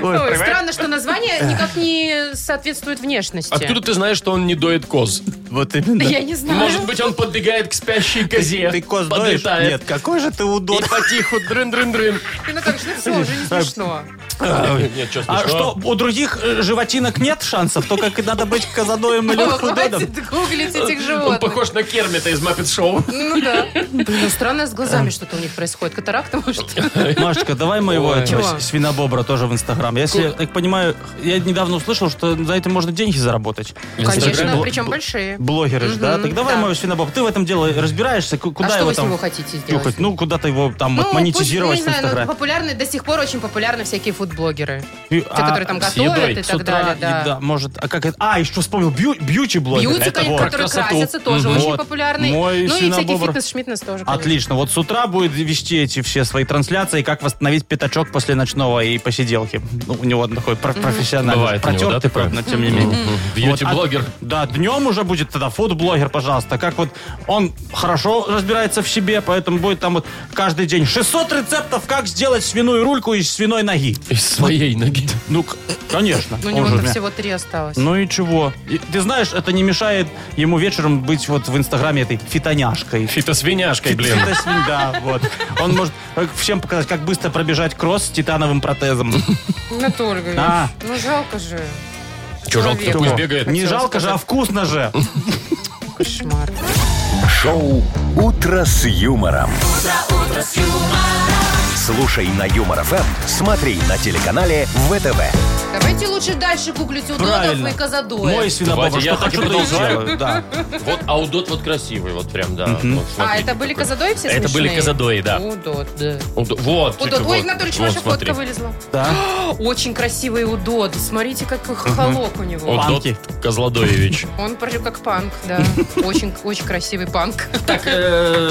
[SPEAKER 4] Ой, странно, что название никак не соответствует внешности.
[SPEAKER 3] Откуда ты знаешь, что он не доет коз?
[SPEAKER 5] Вот
[SPEAKER 4] [LAUGHS]
[SPEAKER 5] именно.
[SPEAKER 4] Я не знаю.
[SPEAKER 3] Может быть, он подбегает к спящей козе.
[SPEAKER 5] Ты коз доешь?
[SPEAKER 3] подлетает.
[SPEAKER 5] Нет, какой же ты
[SPEAKER 3] И
[SPEAKER 5] удобный.
[SPEAKER 3] потиху дрын-дрын-дрын.
[SPEAKER 4] Анатольевич, ну все, уже не
[SPEAKER 3] а,
[SPEAKER 4] смешно.
[SPEAKER 3] [LAUGHS] Нет, чё
[SPEAKER 5] А
[SPEAKER 3] смешного?
[SPEAKER 5] что, у других э, животинок нет шансов? То как и надо быть казадоем
[SPEAKER 3] ну,
[SPEAKER 5] или
[SPEAKER 4] Вова, хватит
[SPEAKER 5] худодом?
[SPEAKER 4] гуглить этих
[SPEAKER 3] Он
[SPEAKER 4] животных.
[SPEAKER 3] похож на Кермита из Маппет Шоу.
[SPEAKER 4] Ну да.
[SPEAKER 3] [LAUGHS]
[SPEAKER 4] Блин, ну странно с глазами что-то у них происходит. Катаракта, может?
[SPEAKER 5] [LAUGHS] Машечка, давай моего
[SPEAKER 3] Ой.
[SPEAKER 5] этого
[SPEAKER 4] Чего?
[SPEAKER 5] с- свинобобра тоже в Инстаграм. Если, я так понимаю, я недавно услышал, что за это можно деньги заработать.
[SPEAKER 4] Конечно,
[SPEAKER 3] Инстаграм.
[SPEAKER 4] причем большие.
[SPEAKER 5] Блогеры же, да?
[SPEAKER 4] Мгм,
[SPEAKER 5] Так давай
[SPEAKER 4] да.
[SPEAKER 5] моего свинобоб. Ты в этом деле разбираешься, ку-
[SPEAKER 4] А
[SPEAKER 5] куда
[SPEAKER 4] что
[SPEAKER 5] его
[SPEAKER 4] вы с
[SPEAKER 5] там
[SPEAKER 4] него хотите сделать?
[SPEAKER 5] тюхать? Ну, куда-то его там
[SPEAKER 4] Ну, пусть, ну, не
[SPEAKER 5] монетизировать в
[SPEAKER 4] знаю,
[SPEAKER 5] Инстаграме.
[SPEAKER 4] ну, популярны, до сих пор очень популярны всякие фудблогеры.
[SPEAKER 5] И-
[SPEAKER 4] Те,
[SPEAKER 5] а-
[SPEAKER 4] которые там
[SPEAKER 3] с
[SPEAKER 4] готовят
[SPEAKER 3] едой,
[SPEAKER 4] и
[SPEAKER 5] с
[SPEAKER 4] так
[SPEAKER 5] утра
[SPEAKER 4] далее, да.
[SPEAKER 5] еда, может, а как это? А, еще вспомнил, бью- бьюти-блогер.
[SPEAKER 4] Бьюти,
[SPEAKER 5] Это
[SPEAKER 4] конечно,
[SPEAKER 5] вот.
[SPEAKER 4] которые
[SPEAKER 3] красоту.
[SPEAKER 4] красятся, тоже
[SPEAKER 5] Мгм.
[SPEAKER 4] очень
[SPEAKER 5] Вот.
[SPEAKER 4] популярные.
[SPEAKER 5] Мой
[SPEAKER 4] ну и всякий
[SPEAKER 5] свинобобр.
[SPEAKER 4] фитнес-шмитнес тоже. конечно.
[SPEAKER 5] Отлично, вот с утра будет вести эти все свои трансляции, как восстановить пятачок после ночного и посиделки. Ну, у него такой про- профессиональный.
[SPEAKER 3] Бывает у него, да,
[SPEAKER 5] протертый,
[SPEAKER 3] такое?
[SPEAKER 5] правда, но тем не менее. Вот, а-
[SPEAKER 3] Бьюти-блогер.
[SPEAKER 5] да, днем уже будет тогда фуд-блогер, пожалуйста. Как вот он хорошо разбирается в себе, поэтому будет там вот каждый день 600 рецептов, как сделать свиную рульку из свиной ноги.
[SPEAKER 3] Из своей ноги.
[SPEAKER 5] Ну, к- конечно.
[SPEAKER 4] Ну, у
[SPEAKER 5] он же
[SPEAKER 4] него-то
[SPEAKER 5] у меня-
[SPEAKER 4] всего три осталось.
[SPEAKER 5] Ну и чего? И ты знаешь, это не мешает ему вечером быть вот в инстаграме этой фитоняшкой.
[SPEAKER 3] Фитосвиняшкой, блин.
[SPEAKER 5] Это свин- да, вот. Он может э, всем показать, как быстро пробежать кросс с
[SPEAKER 3] [LAUGHS]
[SPEAKER 5] титановым протезом.
[SPEAKER 4] Анатолий Ильич,
[SPEAKER 5] А.
[SPEAKER 4] ну жалко же.
[SPEAKER 3] Че жалко,
[SPEAKER 4] Человек.
[SPEAKER 3] пусть бегает.
[SPEAKER 5] Не жалко же, а вкусно же.
[SPEAKER 4] Ну, Кошмар.
[SPEAKER 1] Шоу «Утро с юмором». Слушай на Юмор ФМ, смотри на телеканале ВТВ.
[SPEAKER 9] Давайте лучше дальше гуглить
[SPEAKER 5] Правильно.
[SPEAKER 9] удодов и Казадоев.
[SPEAKER 4] А,
[SPEAKER 5] Мой свиноповар,
[SPEAKER 3] Давайте, я
[SPEAKER 5] что
[SPEAKER 3] так и
[SPEAKER 5] хочу, то и
[SPEAKER 3] продолжаю.
[SPEAKER 5] делаю. Да.
[SPEAKER 3] Вот аудот вот красивый, вот прям, да. Вот,
[SPEAKER 4] А,
[SPEAKER 3] смотрите,
[SPEAKER 4] это были
[SPEAKER 3] какой.
[SPEAKER 4] казадои все
[SPEAKER 3] Это были
[SPEAKER 4] смешные?
[SPEAKER 3] казадои, да.
[SPEAKER 4] Удот, да.
[SPEAKER 5] Типа
[SPEAKER 3] Удо- Вот.
[SPEAKER 4] Удот.
[SPEAKER 3] это
[SPEAKER 4] Ой,
[SPEAKER 3] вот.
[SPEAKER 4] Анатольевич,
[SPEAKER 3] Вот,
[SPEAKER 4] ваша
[SPEAKER 3] смотри.
[SPEAKER 4] фотка вылезла.
[SPEAKER 5] Да.
[SPEAKER 4] Очень красивый удот. Смотрите, какой холок у него.
[SPEAKER 3] Удот
[SPEAKER 5] Панки.
[SPEAKER 3] Козлодоевич.
[SPEAKER 4] Он про- как панк,
[SPEAKER 5] [LAUGHS]
[SPEAKER 4] да. Очень, очень красивый панк.
[SPEAKER 3] Так, э,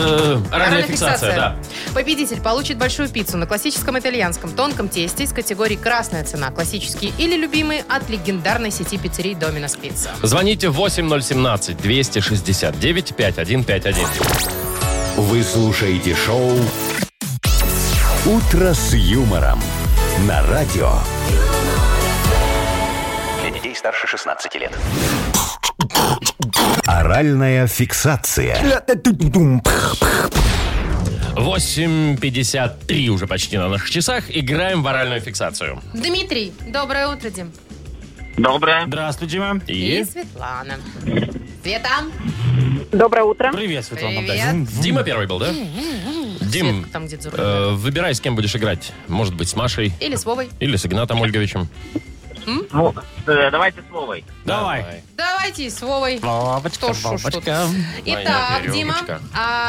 [SPEAKER 3] оральная
[SPEAKER 4] Оральная
[SPEAKER 3] фиксация, да.
[SPEAKER 4] Победитель получит большую пиццу на классическом итальянском тонком тесте из категории «Красная цена», классические или любимые от легендарной сети пиццерий «Доминос Пицца».
[SPEAKER 3] Звоните 8017-269-5151.
[SPEAKER 1] Вы слушаете шоу «Утро с юмором» на радио.
[SPEAKER 6] Для детей старше 16 лет.
[SPEAKER 1] Оральная фиксация.
[SPEAKER 3] 8.53 уже почти на наших часах. Играем в оральную фиксацию.
[SPEAKER 4] Дмитрий, доброе утро, Дим.
[SPEAKER 8] Доброе.
[SPEAKER 5] Здравствуйте, мам.
[SPEAKER 4] И,
[SPEAKER 3] И...
[SPEAKER 4] Светлана. Света,
[SPEAKER 7] Доброе утро.
[SPEAKER 5] Привет, Светлана
[SPEAKER 4] Привет.
[SPEAKER 5] Богдановна.
[SPEAKER 3] Дима первый был, да? Дим,
[SPEAKER 4] Светка там где-то
[SPEAKER 3] э,
[SPEAKER 4] зарубила.
[SPEAKER 3] выбирай, с кем будешь играть. Может быть, с Машей
[SPEAKER 4] Или с Вовой.
[SPEAKER 3] или с Игнатом Ольговичем.
[SPEAKER 8] Ну, э, давайте словой.
[SPEAKER 5] Давай.
[SPEAKER 4] Давайте и с Вовой.
[SPEAKER 5] Бабочка,
[SPEAKER 4] Что ж, что ж тут.
[SPEAKER 5] бабочка.
[SPEAKER 4] Итак,
[SPEAKER 3] Моя
[SPEAKER 4] Дима,
[SPEAKER 3] веревочка.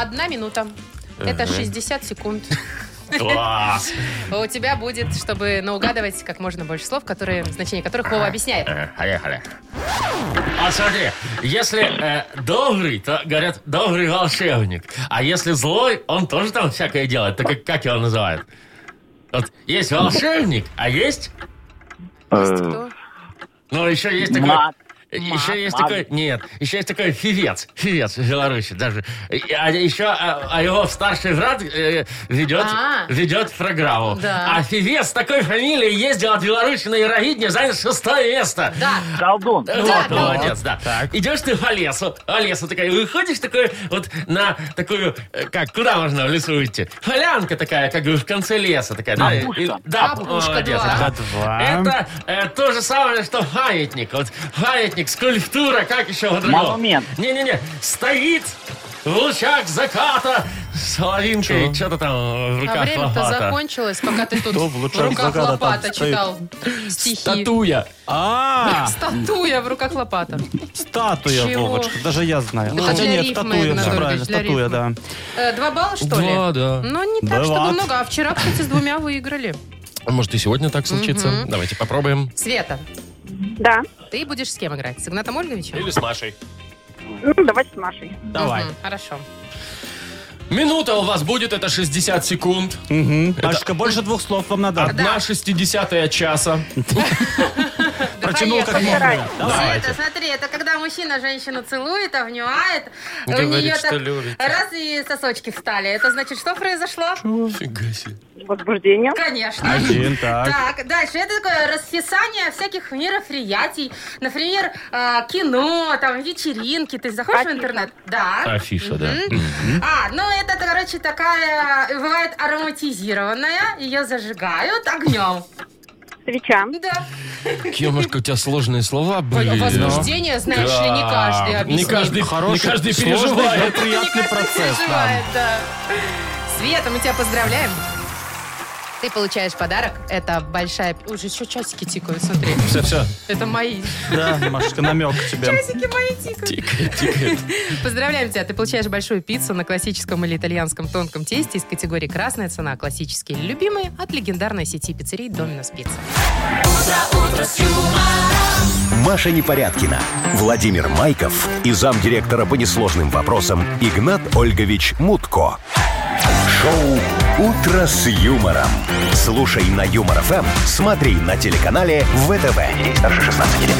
[SPEAKER 4] одна минута. Это 60 секунд.
[SPEAKER 3] Класс!
[SPEAKER 4] У тебя будет, чтобы наугадывать как можно больше слов, которые, значение которых Вова объясняет.
[SPEAKER 3] Э, Поехали. А смотри, если э, добрый, то говорят добрый волшебник. А если злой, он тоже там всякое делает. Так как, как его называют? Вот есть волшебник, а есть...
[SPEAKER 4] Есть кто?
[SPEAKER 3] Ну, еще есть такой...
[SPEAKER 8] Мат.
[SPEAKER 3] Еще есть
[SPEAKER 8] Мат.
[SPEAKER 3] такой, нет, еще есть такой фивец, фивец в Беларуси даже. И- А еще, а, а его старший брат э, ведет,
[SPEAKER 4] А.
[SPEAKER 3] ведет программу.
[SPEAKER 4] Да.
[SPEAKER 3] А фивец такой фамилии ездил от Беларуси на Евровидение, занял шестое место.
[SPEAKER 4] Да,
[SPEAKER 8] Колдун.
[SPEAKER 3] Ну Вот,
[SPEAKER 4] да.
[SPEAKER 3] молодец, да. Идешь ты по лесу, по лесу такая, выходишь такой вот на такую, э, как, куда можно в лесу идти? Полянка такая, как бы в конце леса такая. да,
[SPEAKER 8] Опушка.
[SPEAKER 3] и- да,
[SPEAKER 4] Опушка,
[SPEAKER 3] молодец.
[SPEAKER 4] да.
[SPEAKER 3] ага.
[SPEAKER 5] Два.
[SPEAKER 3] Это э, то же самое, что памятник. Вот памятник, скульптура, как еще по-другому?
[SPEAKER 8] Монумент.
[SPEAKER 3] Не-не-не, стоит в лучах заката соловинкой, что-то там в руках
[SPEAKER 4] а время-то
[SPEAKER 3] лопата.
[SPEAKER 4] закончилось, пока ты тут
[SPEAKER 5] Кто в
[SPEAKER 4] в
[SPEAKER 5] лучах
[SPEAKER 4] руках
[SPEAKER 5] загада
[SPEAKER 4] лопата
[SPEAKER 5] там стоит?
[SPEAKER 4] читал стихи.
[SPEAKER 3] Статуя.
[SPEAKER 5] А,
[SPEAKER 4] Статуя в руках лопата.
[SPEAKER 5] статуя,
[SPEAKER 4] Чего?
[SPEAKER 5] Вовочка, даже я знаю.
[SPEAKER 4] Ну,
[SPEAKER 5] Хотя
[SPEAKER 4] для
[SPEAKER 5] нет,
[SPEAKER 4] рифмы,
[SPEAKER 5] статуя,
[SPEAKER 4] Анатолий
[SPEAKER 5] все правильно,
[SPEAKER 4] Ильич, для
[SPEAKER 5] статуя, да.
[SPEAKER 4] рифмы. Э, Два балла, что ли?
[SPEAKER 3] Два, да.
[SPEAKER 4] Ну, не так, чтобы
[SPEAKER 5] Два.
[SPEAKER 4] много, а вчера, кстати, с двумя выиграли.
[SPEAKER 3] Может, и сегодня так случится? Давайте попробуем.
[SPEAKER 4] Света,
[SPEAKER 7] Да.
[SPEAKER 4] ты будешь с кем играть? С Игнатом Ольговичем?
[SPEAKER 3] Или с Машей.
[SPEAKER 7] Ну, давайте с Машей.
[SPEAKER 5] Давай.
[SPEAKER 4] Мгм, Хорошо.
[SPEAKER 3] Минута у вас будет, это 60 секунд.
[SPEAKER 5] Мгм. Машечка, больше двух слов вам надо.
[SPEAKER 3] Одна шестидесятая часа.
[SPEAKER 5] [LAUGHS] Протянул как
[SPEAKER 4] поехали.
[SPEAKER 5] можно.
[SPEAKER 4] Света, смотри, это когда мужчина женщину целует, а обнимает, у
[SPEAKER 3] Говорит,
[SPEAKER 4] нее
[SPEAKER 3] что
[SPEAKER 4] так
[SPEAKER 3] любит.
[SPEAKER 4] раз и сосочки встали. Это значит, что произошло?
[SPEAKER 3] Фига себе.
[SPEAKER 7] Возбуждение.
[SPEAKER 4] Конечно.
[SPEAKER 5] Один,
[SPEAKER 4] А
[SPEAKER 5] так.
[SPEAKER 9] Так, дальше. Это такое расписание всяких мероприятий. Например, э, кино, там, вечеринки. Ты
[SPEAKER 4] А
[SPEAKER 9] заходишь в интернет? Да.
[SPEAKER 3] Афиша, да.
[SPEAKER 9] А, ну это, короче, такая, э, бывает ароматизированная. Ее зажигают огнем.
[SPEAKER 7] Свеча.
[SPEAKER 9] Да.
[SPEAKER 3] Кемушка, у тебя сложные слова были.
[SPEAKER 4] Возбуждение, знаешь ли, не
[SPEAKER 3] Да.
[SPEAKER 4] каждый
[SPEAKER 3] Не
[SPEAKER 4] объяснит.
[SPEAKER 3] каждый, не
[SPEAKER 5] Хороший,
[SPEAKER 3] каждый
[SPEAKER 5] сложный,
[SPEAKER 3] переживает.
[SPEAKER 5] но приятный
[SPEAKER 4] Прекрасно
[SPEAKER 5] процесс. да.
[SPEAKER 4] переживает, да. Света, мы тебя поздравляем. Ты получаешь подарок. Это большая... Уже еще часики тикают, смотри.
[SPEAKER 3] Все, все.
[SPEAKER 4] Это мои.
[SPEAKER 5] Да, Машечка, намек к тебе.
[SPEAKER 4] Часики мои тикают.
[SPEAKER 3] Тикает, тикает.
[SPEAKER 4] Поздравляем тебя. Ты получаешь большую пиццу на классическом или итальянском тонком тесте из категории «Красная цена». Классические или любимые от легендарной сети пиццерий «Доминос Пицца».
[SPEAKER 1] Маша Непорядкина, Владимир Майков и замдиректора по несложным вопросам Игнат Ольгович Мутко. Шоу «Утро с юмором». Слушай на Юмор ФМ, смотри на телеканале ВТВ. Здесь старше 16 лет.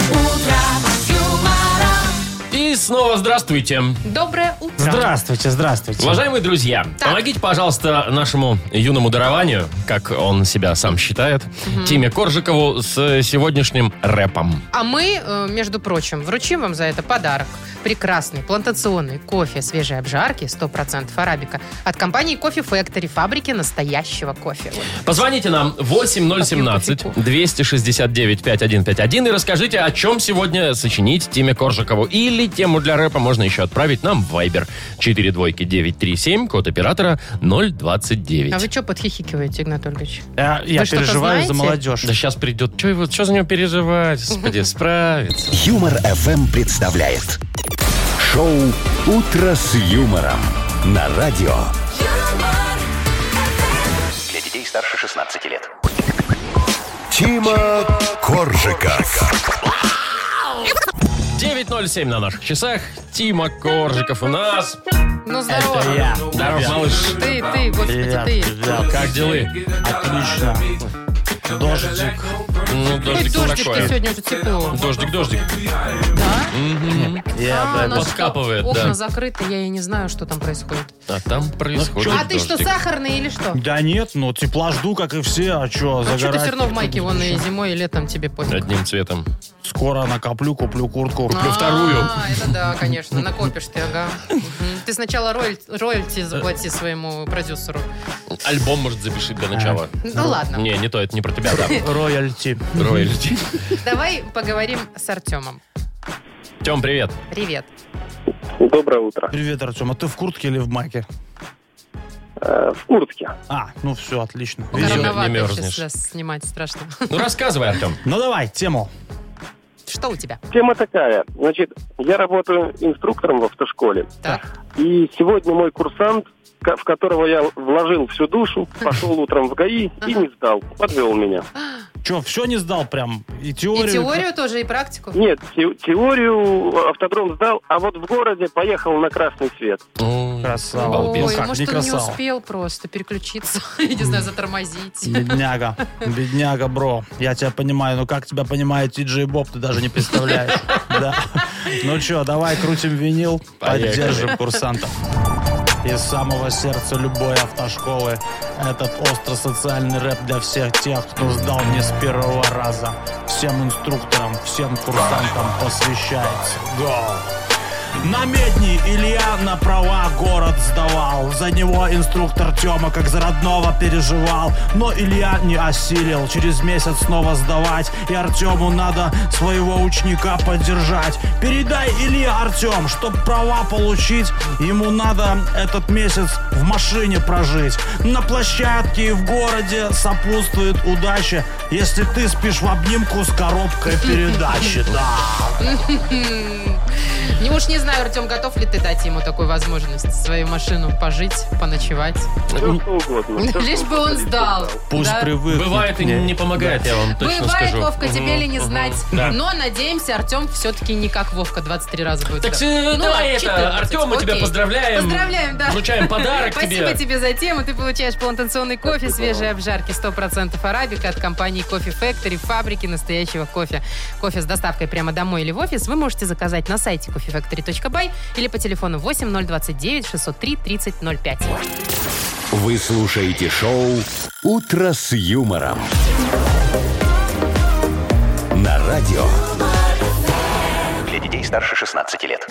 [SPEAKER 3] И снова здравствуйте.
[SPEAKER 4] Доброе утро.
[SPEAKER 5] Здравствуйте, здравствуйте.
[SPEAKER 3] Уважаемые друзья, помогите, пожалуйста, нашему юному дарованию, как он себя сам считает, Тиме Коржикову с сегодняшним рэпом.
[SPEAKER 4] А мы, э, между прочим, вручим вам за это подарок. Прекрасный плантационный кофе свежей обжарки 100% арабика от компании Кофе Factory, фабрики настоящего кофе. Вот.
[SPEAKER 3] Позвоните нам 8017-269-5151 и расскажите, о чем сегодня сочинить Тиме Коржикову. Или тему для рэпа можно еще отправить нам в Viber 4 двойки 937, код оператора
[SPEAKER 4] А вы
[SPEAKER 3] 029.
[SPEAKER 4] что подхихикиваете, Игнат Ольгович?
[SPEAKER 5] Я, я
[SPEAKER 4] Вы что-то
[SPEAKER 5] переживаю
[SPEAKER 4] знаете?
[SPEAKER 5] за молодежь.
[SPEAKER 3] Да сейчас придет. Что его, что за него переживать?
[SPEAKER 4] [LAUGHS]
[SPEAKER 3] Господи, справится.
[SPEAKER 1] Юмор ФМ представляет. Шоу «Утро с юмором» на радио.
[SPEAKER 6] Для детей старше 16 лет.
[SPEAKER 1] Тима Коржика.
[SPEAKER 3] 9.07 на наших часах. Тима Коржиков у нас.
[SPEAKER 4] Ну, здорово.
[SPEAKER 5] Я.
[SPEAKER 3] Здоров, малыш.
[SPEAKER 4] Ты, ты, господи,
[SPEAKER 5] Ребят,
[SPEAKER 4] ты.
[SPEAKER 5] ребят,
[SPEAKER 3] Как дела?
[SPEAKER 5] отлично. Дождик.
[SPEAKER 3] Ну,
[SPEAKER 4] Ой,
[SPEAKER 3] дождик
[SPEAKER 4] дождик-то
[SPEAKER 3] такое.
[SPEAKER 4] сегодня уже тепло.
[SPEAKER 3] Дождик, дождик.
[SPEAKER 4] Да?
[SPEAKER 5] Я
[SPEAKER 4] А,
[SPEAKER 5] бы-
[SPEAKER 4] у нас
[SPEAKER 3] Подкапывает,
[SPEAKER 4] окна
[SPEAKER 3] да.
[SPEAKER 4] закрыты, я и не знаю, что там происходит.
[SPEAKER 3] А там происходит
[SPEAKER 4] а ты что,
[SPEAKER 3] дождик.
[SPEAKER 4] сахарный или что?
[SPEAKER 5] Да нет, ну тепла жду, как и все. А что,
[SPEAKER 4] А что ты
[SPEAKER 5] загорать?
[SPEAKER 4] все равно в майке, вон и зимой, и летом тебе пофиг.
[SPEAKER 3] Одним цветом.
[SPEAKER 5] Скоро накоплю, куплю куртку.
[SPEAKER 4] А,
[SPEAKER 3] вторую.
[SPEAKER 4] [LAUGHS] это да, конечно, накопишь ты, ага. Мгм. Ты сначала рояль- роялти заплати своему продюсеру.
[SPEAKER 3] Альбом, может, запиши для начала.
[SPEAKER 4] Ну ладно,
[SPEAKER 3] Не, не то, это не про
[SPEAKER 4] [LAUGHS]
[SPEAKER 3] тебя. да.
[SPEAKER 5] Роялти.
[SPEAKER 3] Роялти.
[SPEAKER 4] давай поговорим с Артемом.
[SPEAKER 3] Тем, привет.
[SPEAKER 4] Привет.
[SPEAKER 8] Доброе утро.
[SPEAKER 5] Привет, Артем. А ты в куртке или в маке?
[SPEAKER 8] Э, в куртке.
[SPEAKER 5] А, ну все, отлично.
[SPEAKER 3] Везет, не
[SPEAKER 4] Рановато
[SPEAKER 3] мерзнешь.
[SPEAKER 4] сейчас снимать страшно. [LAUGHS]
[SPEAKER 3] Ну, рассказывай, Артем.
[SPEAKER 5] Ну давай, тему.
[SPEAKER 4] Что у тебя?
[SPEAKER 8] Тема такая. Значит, я работаю инструктором в автошколе.
[SPEAKER 4] Так.
[SPEAKER 8] И сегодня мой курсант, ко- в которого я вложил всю душу, пошел утром в ГАИ и не сдал. Подвел меня.
[SPEAKER 5] Че, все не сдал прям? И теорию?
[SPEAKER 4] И теорию тоже, и практику.
[SPEAKER 8] Нет, те- теорию автодром сдал, а вот в городе поехал на красный свет.
[SPEAKER 5] Красава.
[SPEAKER 3] Балбес.
[SPEAKER 4] Ой,
[SPEAKER 5] Ну как, не
[SPEAKER 4] может, он не
[SPEAKER 5] красава.
[SPEAKER 4] успел просто переключиться, [LAUGHS] я не знаю, затормозить.
[SPEAKER 5] Бедняга, бедняга, бро. Я тебя понимаю, но как тебя понимает Ти-Джей Боб, ты даже не представляешь. Да. Ну что, давай крутим винил,
[SPEAKER 3] Поехали.
[SPEAKER 5] поддержим курсантов. Из самого сердца любой автошколы Этот остросоциальный рэп для всех тех, кто сдал не с первого раза Всем инструкторам, всем курсантам посвящается Go! На медни Илья на права город сдавал. За него инструктор Тёма как за родного переживал. Но Илья не осилил. Через месяц снова сдавать. И Артему надо своего ученика поддержать. Передай Илье, Артем, чтоб права получить, ему надо этот месяц в машине прожить. На площадке и в городе сопутствует удача, если ты спишь в обнимку с коробкой
[SPEAKER 3] [LAUGHS]
[SPEAKER 5] передачи. Да.
[SPEAKER 4] Не уж не знаю, Артем, готов ли ты дать ему такую возможность, свою машину пожить, поночевать.
[SPEAKER 8] Все что угодно. всё,
[SPEAKER 4] [LAUGHS]
[SPEAKER 8] что
[SPEAKER 4] Лишь бы он
[SPEAKER 8] угодно,
[SPEAKER 4] сдал.
[SPEAKER 5] Пусть
[SPEAKER 4] Да.
[SPEAKER 5] привык.
[SPEAKER 3] Бывает и не помогает, я вам точно
[SPEAKER 4] Бывает,
[SPEAKER 3] скажу.
[SPEAKER 4] Вовка, тебе
[SPEAKER 3] Мгм,
[SPEAKER 4] ли не
[SPEAKER 3] мгм.
[SPEAKER 4] знать.
[SPEAKER 3] Да.
[SPEAKER 4] Но, надеемся, Артем все-таки не как Вовка 23 раза будет.
[SPEAKER 3] Так,
[SPEAKER 4] сдавать.
[SPEAKER 3] э,
[SPEAKER 4] Ну,
[SPEAKER 3] давай это,
[SPEAKER 4] 14,
[SPEAKER 3] Артем, мы тебя
[SPEAKER 4] окей.
[SPEAKER 3] поздравляем.
[SPEAKER 4] Поздравляем, да.
[SPEAKER 3] Вручаем подарок
[SPEAKER 4] [LAUGHS] Спасибо
[SPEAKER 3] тебе.
[SPEAKER 4] тебе. за тему. Ты получаешь плантационный кофе свежей обжарки 100% арабика от компании Кофе Factory, фабрики настоящего кофе. Кофе с доставкой прямо домой или в офис вы можете заказать на сайте coffeefactory.by или по телефону 8029 603 3005.
[SPEAKER 1] Вы слушаете шоу «Утро с юмором». На радио.
[SPEAKER 6] Для детей старше 16 лет.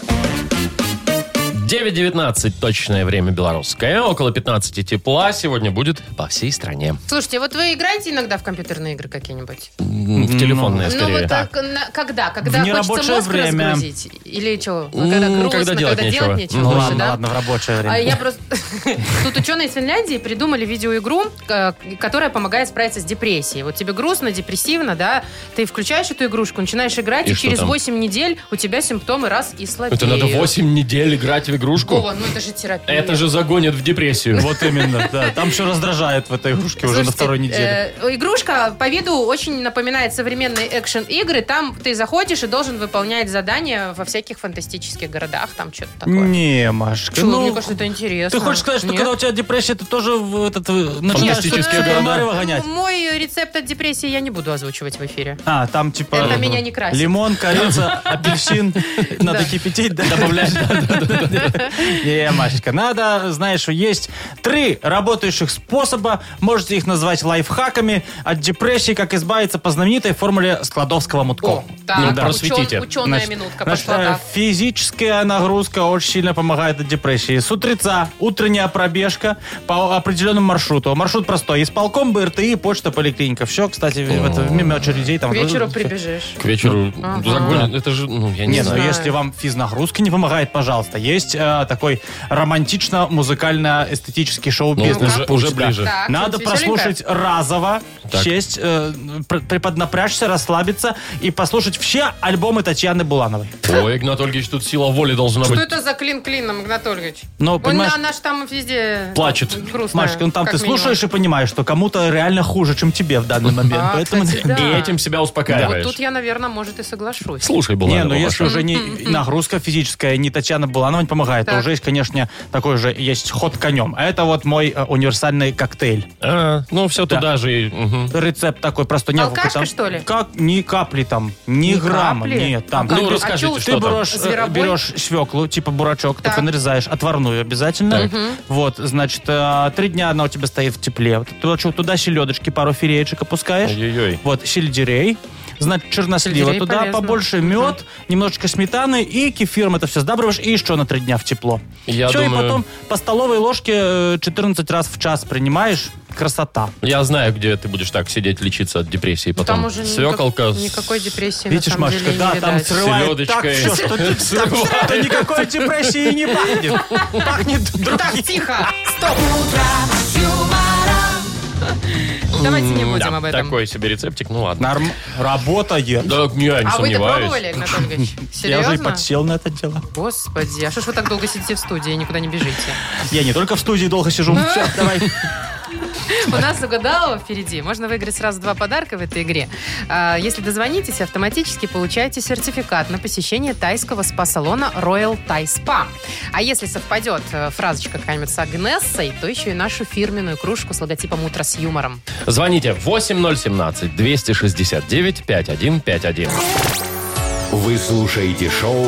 [SPEAKER 3] 9.19 точное время белорусское. Около 15 тепла сегодня будет по всей стране.
[SPEAKER 4] Слушайте, вот вы играете иногда в компьютерные игры какие-нибудь?
[SPEAKER 3] М, В телефонное
[SPEAKER 4] Ну
[SPEAKER 3] скорее.
[SPEAKER 4] вот так, на- когда? Когда
[SPEAKER 5] В
[SPEAKER 4] хочется
[SPEAKER 5] нерабочее
[SPEAKER 4] мозг
[SPEAKER 5] время.
[SPEAKER 4] разгрузить? Или что?
[SPEAKER 3] М,
[SPEAKER 4] Когда грустно,
[SPEAKER 3] когда делать
[SPEAKER 4] когда
[SPEAKER 3] нечего.
[SPEAKER 4] делать нечего
[SPEAKER 5] Ну
[SPEAKER 4] больше,
[SPEAKER 5] ладно,
[SPEAKER 4] да?
[SPEAKER 5] ладно, в рабочее время.
[SPEAKER 4] А я просто... [LAUGHS] Тут ученые из Финляндии придумали видеоигру, э, которая помогает справиться с депрессией. Вот тебе грустно, депрессивно, да? Ты включаешь эту игрушку, начинаешь играть,
[SPEAKER 3] И
[SPEAKER 4] и,
[SPEAKER 3] что
[SPEAKER 4] через
[SPEAKER 3] там?
[SPEAKER 4] 8 недель у тебя симптомы раз и слабеют.
[SPEAKER 3] Это надо 8 недель играть в игрушку,
[SPEAKER 4] Вова, ну это же терапия.
[SPEAKER 3] это же загонят в депрессию.
[SPEAKER 5] Вот именно, да. Там все раздражает в этой игрушке уже на
[SPEAKER 4] Слушайте,
[SPEAKER 5] второй неделе.
[SPEAKER 4] э, игрушка по виду очень напоминает современные экшен-игры. Там ты заходишь и должен выполнять задания во всяких фантастических городах. Там что-то такое.
[SPEAKER 5] Не, Машка,
[SPEAKER 4] Чего? Мне
[SPEAKER 5] ну...
[SPEAKER 4] кажется, это интересно.
[SPEAKER 5] Ты хочешь сказать, что
[SPEAKER 4] Нет?
[SPEAKER 5] когда у тебя депрессия, ты тоже в этот э, начинаешь
[SPEAKER 3] Фантастические
[SPEAKER 5] что-то
[SPEAKER 3] города.
[SPEAKER 5] Марио гонять?
[SPEAKER 4] Ну, Мой рецепт от депрессии я не буду озвучивать в эфире.
[SPEAKER 5] А, там типа...
[SPEAKER 4] Это меня не красит.
[SPEAKER 5] Лимон, корица,
[SPEAKER 4] [LAUGHS]
[SPEAKER 5] апельсин. Надо кипятить, да? Добавлять. [LAUGHS] Не, Машечка, надо, знаешь, что есть три работающих способа. Можете их назвать лайфхаками от депрессии, как избавиться по знаменитой формуле Складовского-Мутко.
[SPEAKER 4] О, так,
[SPEAKER 3] да. просветите.
[SPEAKER 4] ученая
[SPEAKER 5] ну Значит,
[SPEAKER 4] минутка
[SPEAKER 5] значит,
[SPEAKER 4] пошла.
[SPEAKER 5] э,
[SPEAKER 4] так.
[SPEAKER 5] Физическая нагрузка очень сильно помогает от депрессии. С утреца утренняя пробежка по определенному маршруту. Маршрут простой. Исполком, БРТИ, почта, поликлиника. Все, кстати, в- в это- мимо очередей. Там,
[SPEAKER 4] К вечеру
[SPEAKER 5] Всё.
[SPEAKER 4] прибежишь.
[SPEAKER 3] К вечеру загонят. Это же, ну, я не,
[SPEAKER 5] Не, ну
[SPEAKER 3] знаю.
[SPEAKER 5] если вам физнагрузка не помогает, пожалуйста. Есть э, такой романтично-музыкально-эстетический шоу-бизнес.
[SPEAKER 3] Ну, уже-
[SPEAKER 5] в путь,
[SPEAKER 3] уже
[SPEAKER 5] да.
[SPEAKER 3] ближе.
[SPEAKER 4] Так,
[SPEAKER 5] Надо
[SPEAKER 4] что-нибудь веселенькое?
[SPEAKER 5] прослушать разово,
[SPEAKER 3] Так.
[SPEAKER 5] сесть, э, пр- приподнапрячься, расслабиться и послушать все альбомы Татьяны Булановой.
[SPEAKER 3] Ой, Игнат Ольгич, тут сила воли должна
[SPEAKER 4] Что
[SPEAKER 3] быть.
[SPEAKER 4] это за клин клином, Игнатольевич?
[SPEAKER 5] Но,
[SPEAKER 4] Он,
[SPEAKER 5] Ну, понимаешь-
[SPEAKER 4] она ж там везде...
[SPEAKER 3] Плачет.
[SPEAKER 4] Грустная,
[SPEAKER 5] Машка, ну там
[SPEAKER 4] как
[SPEAKER 5] ты
[SPEAKER 4] минимум.
[SPEAKER 5] слушаешь и понимаешь, что кому-то реально хуже, чем тебе в данный момент.
[SPEAKER 4] А,
[SPEAKER 5] Поэтому...
[SPEAKER 4] кстати,
[SPEAKER 5] [LAUGHS]
[SPEAKER 4] да.
[SPEAKER 3] И этим себя
[SPEAKER 4] Вот
[SPEAKER 3] успокаиваешь.
[SPEAKER 4] тут я, наверное, может и соглашусь.
[SPEAKER 3] Слушай, была
[SPEAKER 5] Не, ну если уже не нагрузка физическая, не Татьяна Буланова не помогает, то
[SPEAKER 4] Так.
[SPEAKER 5] уже есть, конечно, такой же есть ход конем. А Это вот мой э, универсальный коктейль.
[SPEAKER 3] ну, все туда же. и, мгм.
[SPEAKER 5] Рецепт такой просто не
[SPEAKER 4] Алкашка,
[SPEAKER 5] там-
[SPEAKER 4] А что ли?
[SPEAKER 5] Как ни капли там, ни,
[SPEAKER 4] Ни
[SPEAKER 5] грамма,
[SPEAKER 4] капли? А
[SPEAKER 5] нет, там.
[SPEAKER 3] Ну,
[SPEAKER 5] ты берешь-
[SPEAKER 3] расскажите,
[SPEAKER 4] чё уж
[SPEAKER 3] что
[SPEAKER 5] ты
[SPEAKER 3] там.
[SPEAKER 5] берешь, э,
[SPEAKER 4] Зверобой?
[SPEAKER 5] берешь свеклу, типа бурачок,
[SPEAKER 4] Так.
[SPEAKER 5] только нарезаешь отварную обязательно. Вот, значит, э, три дня она у тебя стоит в тепле. Вот Туда, чё, туда селедочки, пару филеечек опускаешь.
[SPEAKER 3] Ой-ой-ой.
[SPEAKER 5] Вот, сельдерей. Значит, чернослива
[SPEAKER 4] Сельдерей
[SPEAKER 5] туда,
[SPEAKER 4] полезно.
[SPEAKER 5] побольше мед, немножечко сметаны и кефиром это все сдабриваешь и еще на три дня в тепло.
[SPEAKER 3] Я
[SPEAKER 5] все,
[SPEAKER 3] думаю-
[SPEAKER 5] и потом по столовой ложке э, 14 раз в час принимаешь. Красота.
[SPEAKER 3] Я знаю, где ты будешь так сидеть, лечиться от депрессии потом.
[SPEAKER 4] Там уже никак-
[SPEAKER 3] Свеколка. с-
[SPEAKER 4] никакой депрессии
[SPEAKER 5] Видишь,
[SPEAKER 4] на самом
[SPEAKER 5] Машечка,
[SPEAKER 4] деле,
[SPEAKER 5] да,
[SPEAKER 4] не
[SPEAKER 5] там
[SPEAKER 4] видать.
[SPEAKER 5] срывает так
[SPEAKER 3] Селёдочкой.
[SPEAKER 5] все,
[SPEAKER 3] [LAUGHS]
[SPEAKER 5] что ты- там что-то никакой депрессии не пахнет. Пахнет
[SPEAKER 4] Так,
[SPEAKER 5] другим.
[SPEAKER 4] тихо! Стоп! Давайте не будем
[SPEAKER 3] Да,
[SPEAKER 4] об этом.
[SPEAKER 3] Такой себе рецептик, ну ладно.
[SPEAKER 5] Норм. Работает.
[SPEAKER 3] Да, я не
[SPEAKER 4] А вы это
[SPEAKER 3] сомневаюсь.
[SPEAKER 4] пробовали, Игнатольевич?
[SPEAKER 5] Я уже и
[SPEAKER 4] Серьезно?
[SPEAKER 5] подсел на это дело.
[SPEAKER 4] Господи, а что ж вы так долго сидите в студии и никуда не бежите?
[SPEAKER 5] Я не только в студии долго сижу.
[SPEAKER 4] [LAUGHS]
[SPEAKER 5] Всё, давай.
[SPEAKER 4] У нас угадалово впереди. Можно выиграть сразу два подарка в этой игре. А, Если дозвонитесь, автоматически получаете сертификат на посещение тайского спа-салона Royal Thai Spa. А если совпадет э, фразочка какая-нибудь с Агнессой, то еще и нашу фирменную кружку с логотипом «Утро с юмором».
[SPEAKER 3] Звоните 8017 269 5151.
[SPEAKER 1] Вы слушаете шоу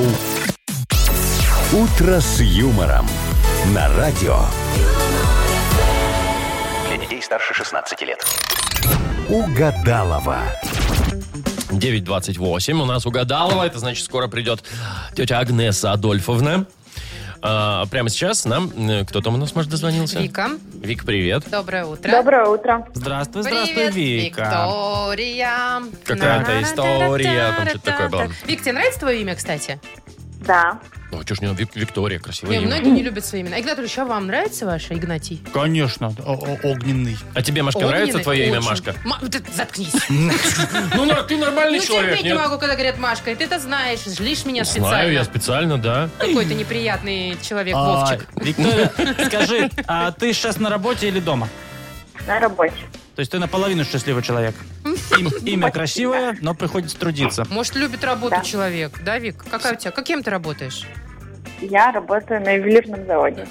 [SPEAKER 1] «Утро с юмором» на радио.
[SPEAKER 10] Для детей старше 16 лет.
[SPEAKER 1] Угадалова.
[SPEAKER 3] 9.28. У нас угадалова. Это значит, скоро придет тетя Агнеса Адольфовна. А, прямо сейчас нам... э, Кто там у нас, может, дозвонился?
[SPEAKER 4] Вика,
[SPEAKER 3] Вик, привет.
[SPEAKER 4] доброе утро.
[SPEAKER 7] Доброе утро.
[SPEAKER 5] Здравствуй, здравствуй,
[SPEAKER 4] Привет,
[SPEAKER 5] Вика.
[SPEAKER 4] Виктория.
[SPEAKER 3] Какая-то
[SPEAKER 4] На-на-на-на-на-на.
[SPEAKER 3] история, там что-то такое было.
[SPEAKER 4] Вик, тебе нравится твое имя, кстати?
[SPEAKER 7] Да.
[SPEAKER 3] Ну, а чё ж не Вик- Виктория, красивое
[SPEAKER 4] Не,
[SPEAKER 3] имя.
[SPEAKER 4] многие не любят свои имена. Игнатович, а вам нравится ваше Игнатий?
[SPEAKER 5] Конечно, о- о- огненный.
[SPEAKER 3] А тебе, Машка, нравится
[SPEAKER 4] Огненный
[SPEAKER 3] твое имя
[SPEAKER 4] очень.
[SPEAKER 3] Машка?
[SPEAKER 4] Ма- ты заткнись.
[SPEAKER 3] Ну, на- ты нормальный
[SPEAKER 4] Ну,
[SPEAKER 3] человек,
[SPEAKER 4] терпеть не
[SPEAKER 3] нет?
[SPEAKER 4] могу, когда говорят Машка. И ты это знаешь, злишь меня
[SPEAKER 3] Знаю, я специально,
[SPEAKER 4] специально.
[SPEAKER 3] да.
[SPEAKER 4] Какой-то неприятный человек,
[SPEAKER 5] А,
[SPEAKER 4] Вовчик.
[SPEAKER 5] Виктория, скажи, а ты сейчас на работе или дома?
[SPEAKER 7] На работе.
[SPEAKER 5] То есть ты наполовину счастливый человек. Им- Имя красивое, но приходится трудиться.
[SPEAKER 4] Может, любит работу
[SPEAKER 7] Да.
[SPEAKER 4] человек, да, Вик? Какая у тебя? Каким ты работаешь?
[SPEAKER 7] Я работаю на ювелирном заводе.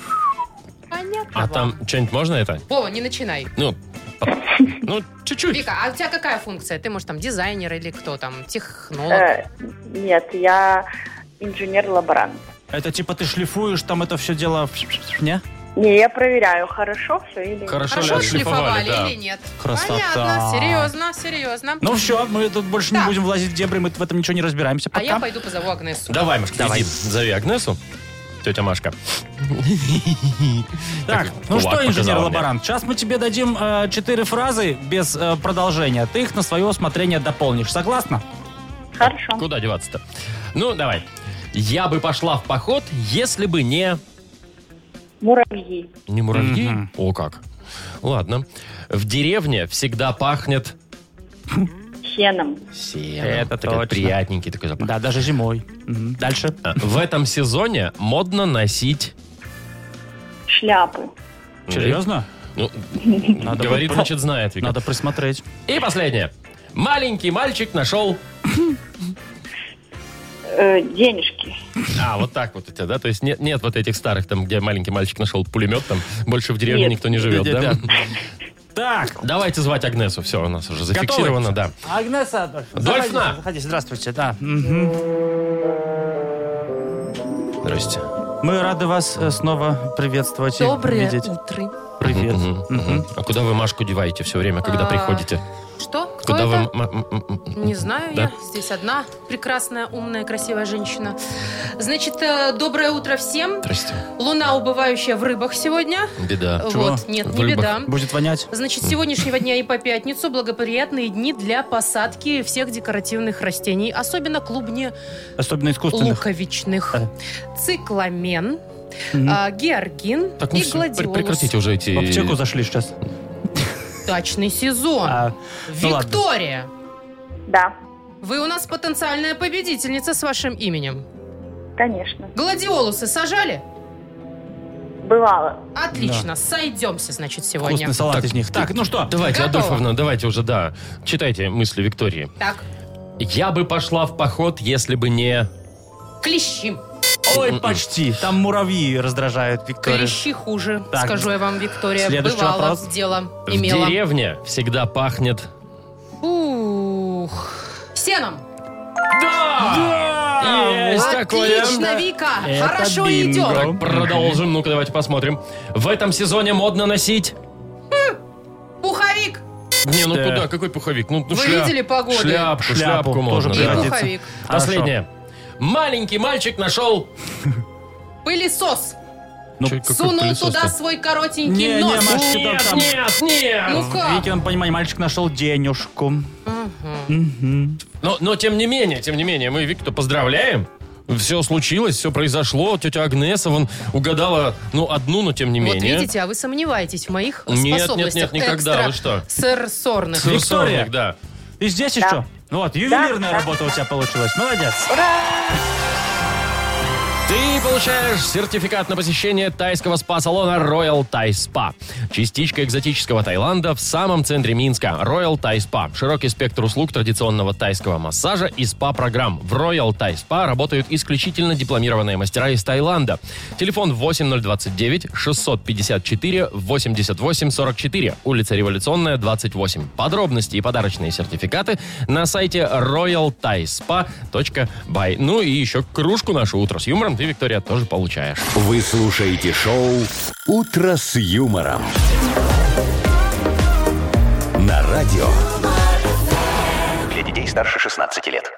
[SPEAKER 4] Понятно.
[SPEAKER 3] А там что-нибудь можно это?
[SPEAKER 4] Вова, не начинай.
[SPEAKER 3] Ну, по- ну чуть-чуть.
[SPEAKER 4] Вика, а у тебя какая функция? Ты, может, там дизайнер или кто там? Технолог?
[SPEAKER 7] Э, Нет, я инженер-лаборант.
[SPEAKER 5] Это типа ты шлифуешь там это все дело, не?
[SPEAKER 7] Не, я проверяю, хорошо все или нет.
[SPEAKER 3] Хорошо, ли
[SPEAKER 4] Хорошо
[SPEAKER 3] отшлифовали,
[SPEAKER 4] шлифовали
[SPEAKER 3] да.
[SPEAKER 4] или нет?
[SPEAKER 5] Красота.
[SPEAKER 4] Понятно, серьезно, серьезно.
[SPEAKER 5] Ну все, мы тут больше не
[SPEAKER 4] Так.
[SPEAKER 5] будем влазить в дебри, мы в этом ничего не разбираемся
[SPEAKER 4] А я
[SPEAKER 5] пока.
[SPEAKER 4] пойду позову Агнесу.
[SPEAKER 3] Давай, Машка,
[SPEAKER 5] Давай.
[SPEAKER 3] иди, зови Агнесу. Тетя Машка.
[SPEAKER 5] Так,
[SPEAKER 3] Так, кулак
[SPEAKER 5] ну
[SPEAKER 3] показала
[SPEAKER 5] что,
[SPEAKER 3] мне.
[SPEAKER 5] инженер-лаборант, сейчас мы тебе дадим э, четыре фразы без э, продолжения. Ты их на свое усмотрение дополнишь. Согласна?
[SPEAKER 7] Хорошо.
[SPEAKER 3] Куда деваться-то? Ну, давай. Я бы пошла в поход, если бы не...
[SPEAKER 7] Муравьи.
[SPEAKER 3] Не муравьи?
[SPEAKER 5] Мгм.
[SPEAKER 3] О, как. Ладно. В деревне всегда пахнет...
[SPEAKER 7] сеном.
[SPEAKER 3] Сено.
[SPEAKER 5] Это
[SPEAKER 3] Такой
[SPEAKER 5] точно.
[SPEAKER 3] приятненький такой запах.
[SPEAKER 5] Да, даже зимой. Мгм. Дальше.
[SPEAKER 3] А, В этом сезоне модно носить...
[SPEAKER 7] Шляпы.
[SPEAKER 5] [LAUGHS] Серьезно?
[SPEAKER 3] Ну,
[SPEAKER 5] Надо
[SPEAKER 3] говорит,
[SPEAKER 5] бы- [LAUGHS]
[SPEAKER 3] значит, знает. Вика.
[SPEAKER 5] Надо присмотреть.
[SPEAKER 3] И последнее. Маленький мальчик нашел...
[SPEAKER 7] Э, денежки.
[SPEAKER 3] А, вот так вот у тебя, да? То есть нет, нет вот этих старых, там, где маленький мальчик нашел пулемет, там больше в деревне
[SPEAKER 7] Нет.
[SPEAKER 3] никто не живет, да?
[SPEAKER 5] Так,
[SPEAKER 3] Давайте звать Агнесу. Все, у нас уже зафиксировано, да.
[SPEAKER 5] Агнеса Адольфовна,
[SPEAKER 3] Адольфовна!
[SPEAKER 5] заходите, заходите, здравствуйте, да. М.
[SPEAKER 3] Здрасте.
[SPEAKER 5] Мы рады вас э, снова приветствовать и
[SPEAKER 4] Доброе
[SPEAKER 5] видеть.
[SPEAKER 4] утро.
[SPEAKER 5] Привет.
[SPEAKER 3] Мгм, мгм. А куда вы Машку деваете все время, когда
[SPEAKER 4] А,
[SPEAKER 3] приходите?
[SPEAKER 4] Что? Кто
[SPEAKER 3] Куда
[SPEAKER 4] это?
[SPEAKER 3] вы... м- м- м- м- м-
[SPEAKER 4] Не знаю
[SPEAKER 3] Да.
[SPEAKER 4] я. Здесь одна прекрасная, умная, красивая женщина. Значит, э, доброе утро всем.
[SPEAKER 3] Здрасте.
[SPEAKER 4] Луна убывающая в рыбах сегодня.
[SPEAKER 3] Беда.
[SPEAKER 4] Вот, нет,
[SPEAKER 3] А В
[SPEAKER 4] не
[SPEAKER 3] рыбах.
[SPEAKER 4] беда.
[SPEAKER 5] Будет вонять?
[SPEAKER 4] Значит, с сегодняшнего дня и по пятницу благоприятные дни для посадки всех декоративных растений, особенно клубни
[SPEAKER 5] Особенно искусственных.
[SPEAKER 4] луковичных,
[SPEAKER 3] Э.
[SPEAKER 5] Да.
[SPEAKER 4] цикламен,
[SPEAKER 5] Мгм.
[SPEAKER 4] а, георгин
[SPEAKER 3] Так, ну
[SPEAKER 4] и
[SPEAKER 3] всё, пр-
[SPEAKER 4] гладиолус.
[SPEAKER 3] прекратите уже эти...
[SPEAKER 5] В аптеку зашли сейчас.
[SPEAKER 4] Дачный сезон.
[SPEAKER 5] А, ну ладно.
[SPEAKER 4] Виктория,
[SPEAKER 7] Да,
[SPEAKER 4] вы у нас потенциальная победительница с вашим именем.
[SPEAKER 7] конечно.
[SPEAKER 4] Гладиолусы сажали?
[SPEAKER 7] Бывало.
[SPEAKER 4] Отлично, сойдемся, значит, сегодня.
[SPEAKER 5] Вкусный салат
[SPEAKER 3] Так,
[SPEAKER 5] из них. Так, ну что?
[SPEAKER 3] Давайте,
[SPEAKER 4] Готово.
[SPEAKER 3] Адольфовна, давайте уже, да. Читайте мысли Виктории.
[SPEAKER 4] Так,
[SPEAKER 3] Я бы пошла в поход, если бы не...
[SPEAKER 4] клещи.
[SPEAKER 5] Ой, почти. Там муравьи раздражают Викторию.
[SPEAKER 4] Клещи хуже,
[SPEAKER 5] Так.
[SPEAKER 4] скажу я вам, Виктория.
[SPEAKER 5] Следующий
[SPEAKER 4] Бывало,
[SPEAKER 5] вопрос.
[SPEAKER 4] дело
[SPEAKER 3] В
[SPEAKER 4] имела.
[SPEAKER 3] деревне всегда пахнет...
[SPEAKER 4] Ух. Сеном.
[SPEAKER 3] Да! Есть такое.
[SPEAKER 4] А, Отлично, Вика.
[SPEAKER 5] Это
[SPEAKER 4] Хорошо
[SPEAKER 5] бинго.
[SPEAKER 4] идет.
[SPEAKER 3] Так, продолжим. Ну-ка, давайте посмотрим. В этом сезоне модно носить...
[SPEAKER 4] Пуховик.
[SPEAKER 3] Не, ну
[SPEAKER 5] Да.
[SPEAKER 3] куда? Какой пуховик? Ну, ну,
[SPEAKER 4] Вы
[SPEAKER 3] шляп-
[SPEAKER 4] видели погоды?
[SPEAKER 3] Шляпку, шляпку,
[SPEAKER 5] Шляпу тоже
[SPEAKER 3] можно.
[SPEAKER 4] И
[SPEAKER 3] да.
[SPEAKER 5] пригодится.
[SPEAKER 4] пуховик.
[SPEAKER 5] Хорошо.
[SPEAKER 3] Последнее. Маленький мальчик нашел...
[SPEAKER 4] Пылесос.
[SPEAKER 5] Ну,
[SPEAKER 3] Чё, какой
[SPEAKER 4] Сунул
[SPEAKER 3] пылесос-то?
[SPEAKER 4] туда свой коротенький
[SPEAKER 5] Не, не,
[SPEAKER 4] нос.
[SPEAKER 5] Машечка,
[SPEAKER 3] Нет,
[SPEAKER 5] там-
[SPEAKER 3] нет, нет.
[SPEAKER 4] Ну
[SPEAKER 5] В
[SPEAKER 4] как?
[SPEAKER 5] Викином понимании мальчик нашел денежку. Мгм.
[SPEAKER 3] Но, но тем не менее, тем не менее, мы Виктора поздравляем. Все случилось, все произошло. Тетя Агнеса, вон, угадала, ну, одну, но тем не
[SPEAKER 4] Вот
[SPEAKER 3] менее.
[SPEAKER 4] видите, а вы сомневаетесь в моих
[SPEAKER 3] нет, нет,
[SPEAKER 4] способностях.
[SPEAKER 3] нет, никогда.
[SPEAKER 4] Экстра
[SPEAKER 3] Вы что?
[SPEAKER 4] сенсорных.
[SPEAKER 3] Сыр
[SPEAKER 5] Виктория.
[SPEAKER 3] сорник, да.
[SPEAKER 5] И здесь еще. Вот, ювелирная работа у тебя получилась. Молодец.
[SPEAKER 3] Ты получаешь сертификат на посещение тайского спа-салона Royal Thai Spa. Частичка экзотического Таиланда в самом центре Минска. Royal Thai Spa. Широкий спектр услуг традиционного тайского массажа и спа-программ. В Royal Thai Spa работают исключительно дипломированные мастера из Таиланда. Телефон 8029 654 88 44. Улица Революционная, 28. Подробности и подарочные сертификаты на сайте royalthaispa.by. Ну и еще кружку нашу «Утро с юмором» ты, Виктория, тоже получаешь.
[SPEAKER 1] Вы слушаете шоу «Утро с юмором». На радио.
[SPEAKER 11] Для детей старше 16 лет.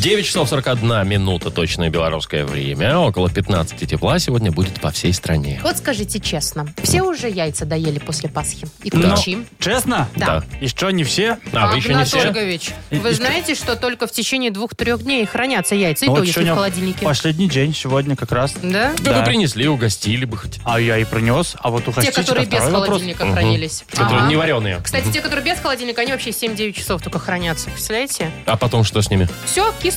[SPEAKER 3] 9 часов 41 минута, точное белорусское время. Около 15 тепла сегодня будет по всей стране.
[SPEAKER 4] Вот скажите честно, все уже яйца доели после Пасхи? И
[SPEAKER 5] Ну,
[SPEAKER 4] ключи?
[SPEAKER 5] честно?
[SPEAKER 4] Да.
[SPEAKER 5] Еще не все?
[SPEAKER 3] А, вы еще не
[SPEAKER 4] Игнат
[SPEAKER 3] все?
[SPEAKER 4] Ольгович,
[SPEAKER 5] И-
[SPEAKER 4] вы
[SPEAKER 5] и что?
[SPEAKER 4] знаете, что только в течение двух-трех дней хранятся яйца, и
[SPEAKER 5] Ну,
[SPEAKER 4] то,
[SPEAKER 5] вот
[SPEAKER 4] если
[SPEAKER 5] сегодня
[SPEAKER 4] в холодильнике.
[SPEAKER 5] Последний день сегодня как раз.
[SPEAKER 4] Да?
[SPEAKER 3] Да.
[SPEAKER 5] Да.
[SPEAKER 3] Вы принесли, угостили бы хоть.
[SPEAKER 5] А я и принес. А вот у
[SPEAKER 4] Те,
[SPEAKER 5] Хастича
[SPEAKER 4] которые без
[SPEAKER 5] второй вопрос.
[SPEAKER 4] холодильника хранились.
[SPEAKER 3] Которые
[SPEAKER 4] Ага.
[SPEAKER 3] не вареные.
[SPEAKER 4] Кстати, те, которые без холодильника, они вообще 7-9 часов только хранятся. Представляете?
[SPEAKER 3] А потом что с ними?
[SPEAKER 4] Все, киснут.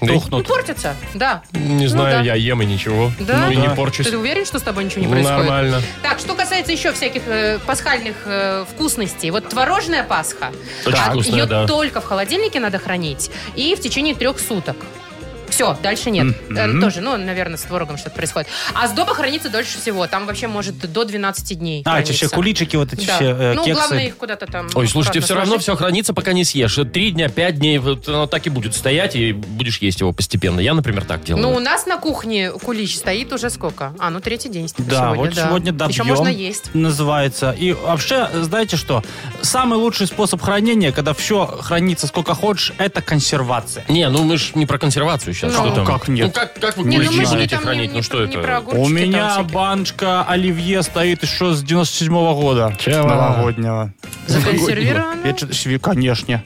[SPEAKER 4] Ну,
[SPEAKER 5] Тухнут.
[SPEAKER 4] портятся. Да.
[SPEAKER 3] Не знаю,
[SPEAKER 4] Ну да.
[SPEAKER 3] я ем и ничего.
[SPEAKER 4] Да?
[SPEAKER 3] Ну и не
[SPEAKER 5] Да.
[SPEAKER 3] порчусь.
[SPEAKER 4] Ты уверен, что с тобой ничего не происходит? Ну,
[SPEAKER 3] Нормально.
[SPEAKER 4] Так, что касается еще всяких э, пасхальных э, вкусностей. Вот творожная Пасха,
[SPEAKER 3] Очень
[SPEAKER 4] а,
[SPEAKER 3] вкусная,
[SPEAKER 4] ее
[SPEAKER 3] да.
[SPEAKER 4] только в холодильнике надо хранить и в течение трех суток. Все, дальше нет. Э, тоже, ну, наверное, с творогом что-то происходит. А сдоба хранится дольше всего. Там вообще может до 12 дней
[SPEAKER 5] А, эти
[SPEAKER 4] храниться.
[SPEAKER 5] все куличики, вот эти
[SPEAKER 4] Да.
[SPEAKER 5] все э,
[SPEAKER 4] ну,
[SPEAKER 5] кексы.
[SPEAKER 4] главное, их куда-то там
[SPEAKER 3] Ой, слушайте,
[SPEAKER 4] аккуратно
[SPEAKER 3] все равно
[SPEAKER 4] сложить.
[SPEAKER 3] все хранится, пока не съешь. Три дня, пять дней, вот оно так и будет стоять, и будешь есть его постепенно. Я, например, так делаю.
[SPEAKER 4] Ну, у нас на кухне кулич стоит уже сколько? А, ну, третий день сегодня,
[SPEAKER 5] Да, вот сегодня добьем.
[SPEAKER 4] Еще можно есть.
[SPEAKER 5] Называется. И вообще, знаете что? Самый лучший способ хранения, когда все хранится сколько хочешь, это консервация.
[SPEAKER 3] Не, ну мы ж не про консервацию сейчас.
[SPEAKER 4] Ну,
[SPEAKER 3] что там?
[SPEAKER 5] как нет?
[SPEAKER 3] Ну как, как вы
[SPEAKER 4] Не, ну,
[SPEAKER 3] куличи
[SPEAKER 4] мы же не
[SPEAKER 3] будете
[SPEAKER 4] там не-
[SPEAKER 3] хранить?
[SPEAKER 4] не-
[SPEAKER 3] ну что
[SPEAKER 4] не
[SPEAKER 3] это?
[SPEAKER 4] про огурчики
[SPEAKER 5] У
[SPEAKER 4] там
[SPEAKER 5] меня
[SPEAKER 4] всякие.
[SPEAKER 5] баночка оливье стоит еще с 97 -го года.
[SPEAKER 3] Чего?
[SPEAKER 5] Новогоднего.
[SPEAKER 4] Законсервировано?
[SPEAKER 5] Я чё- сви- Конечно.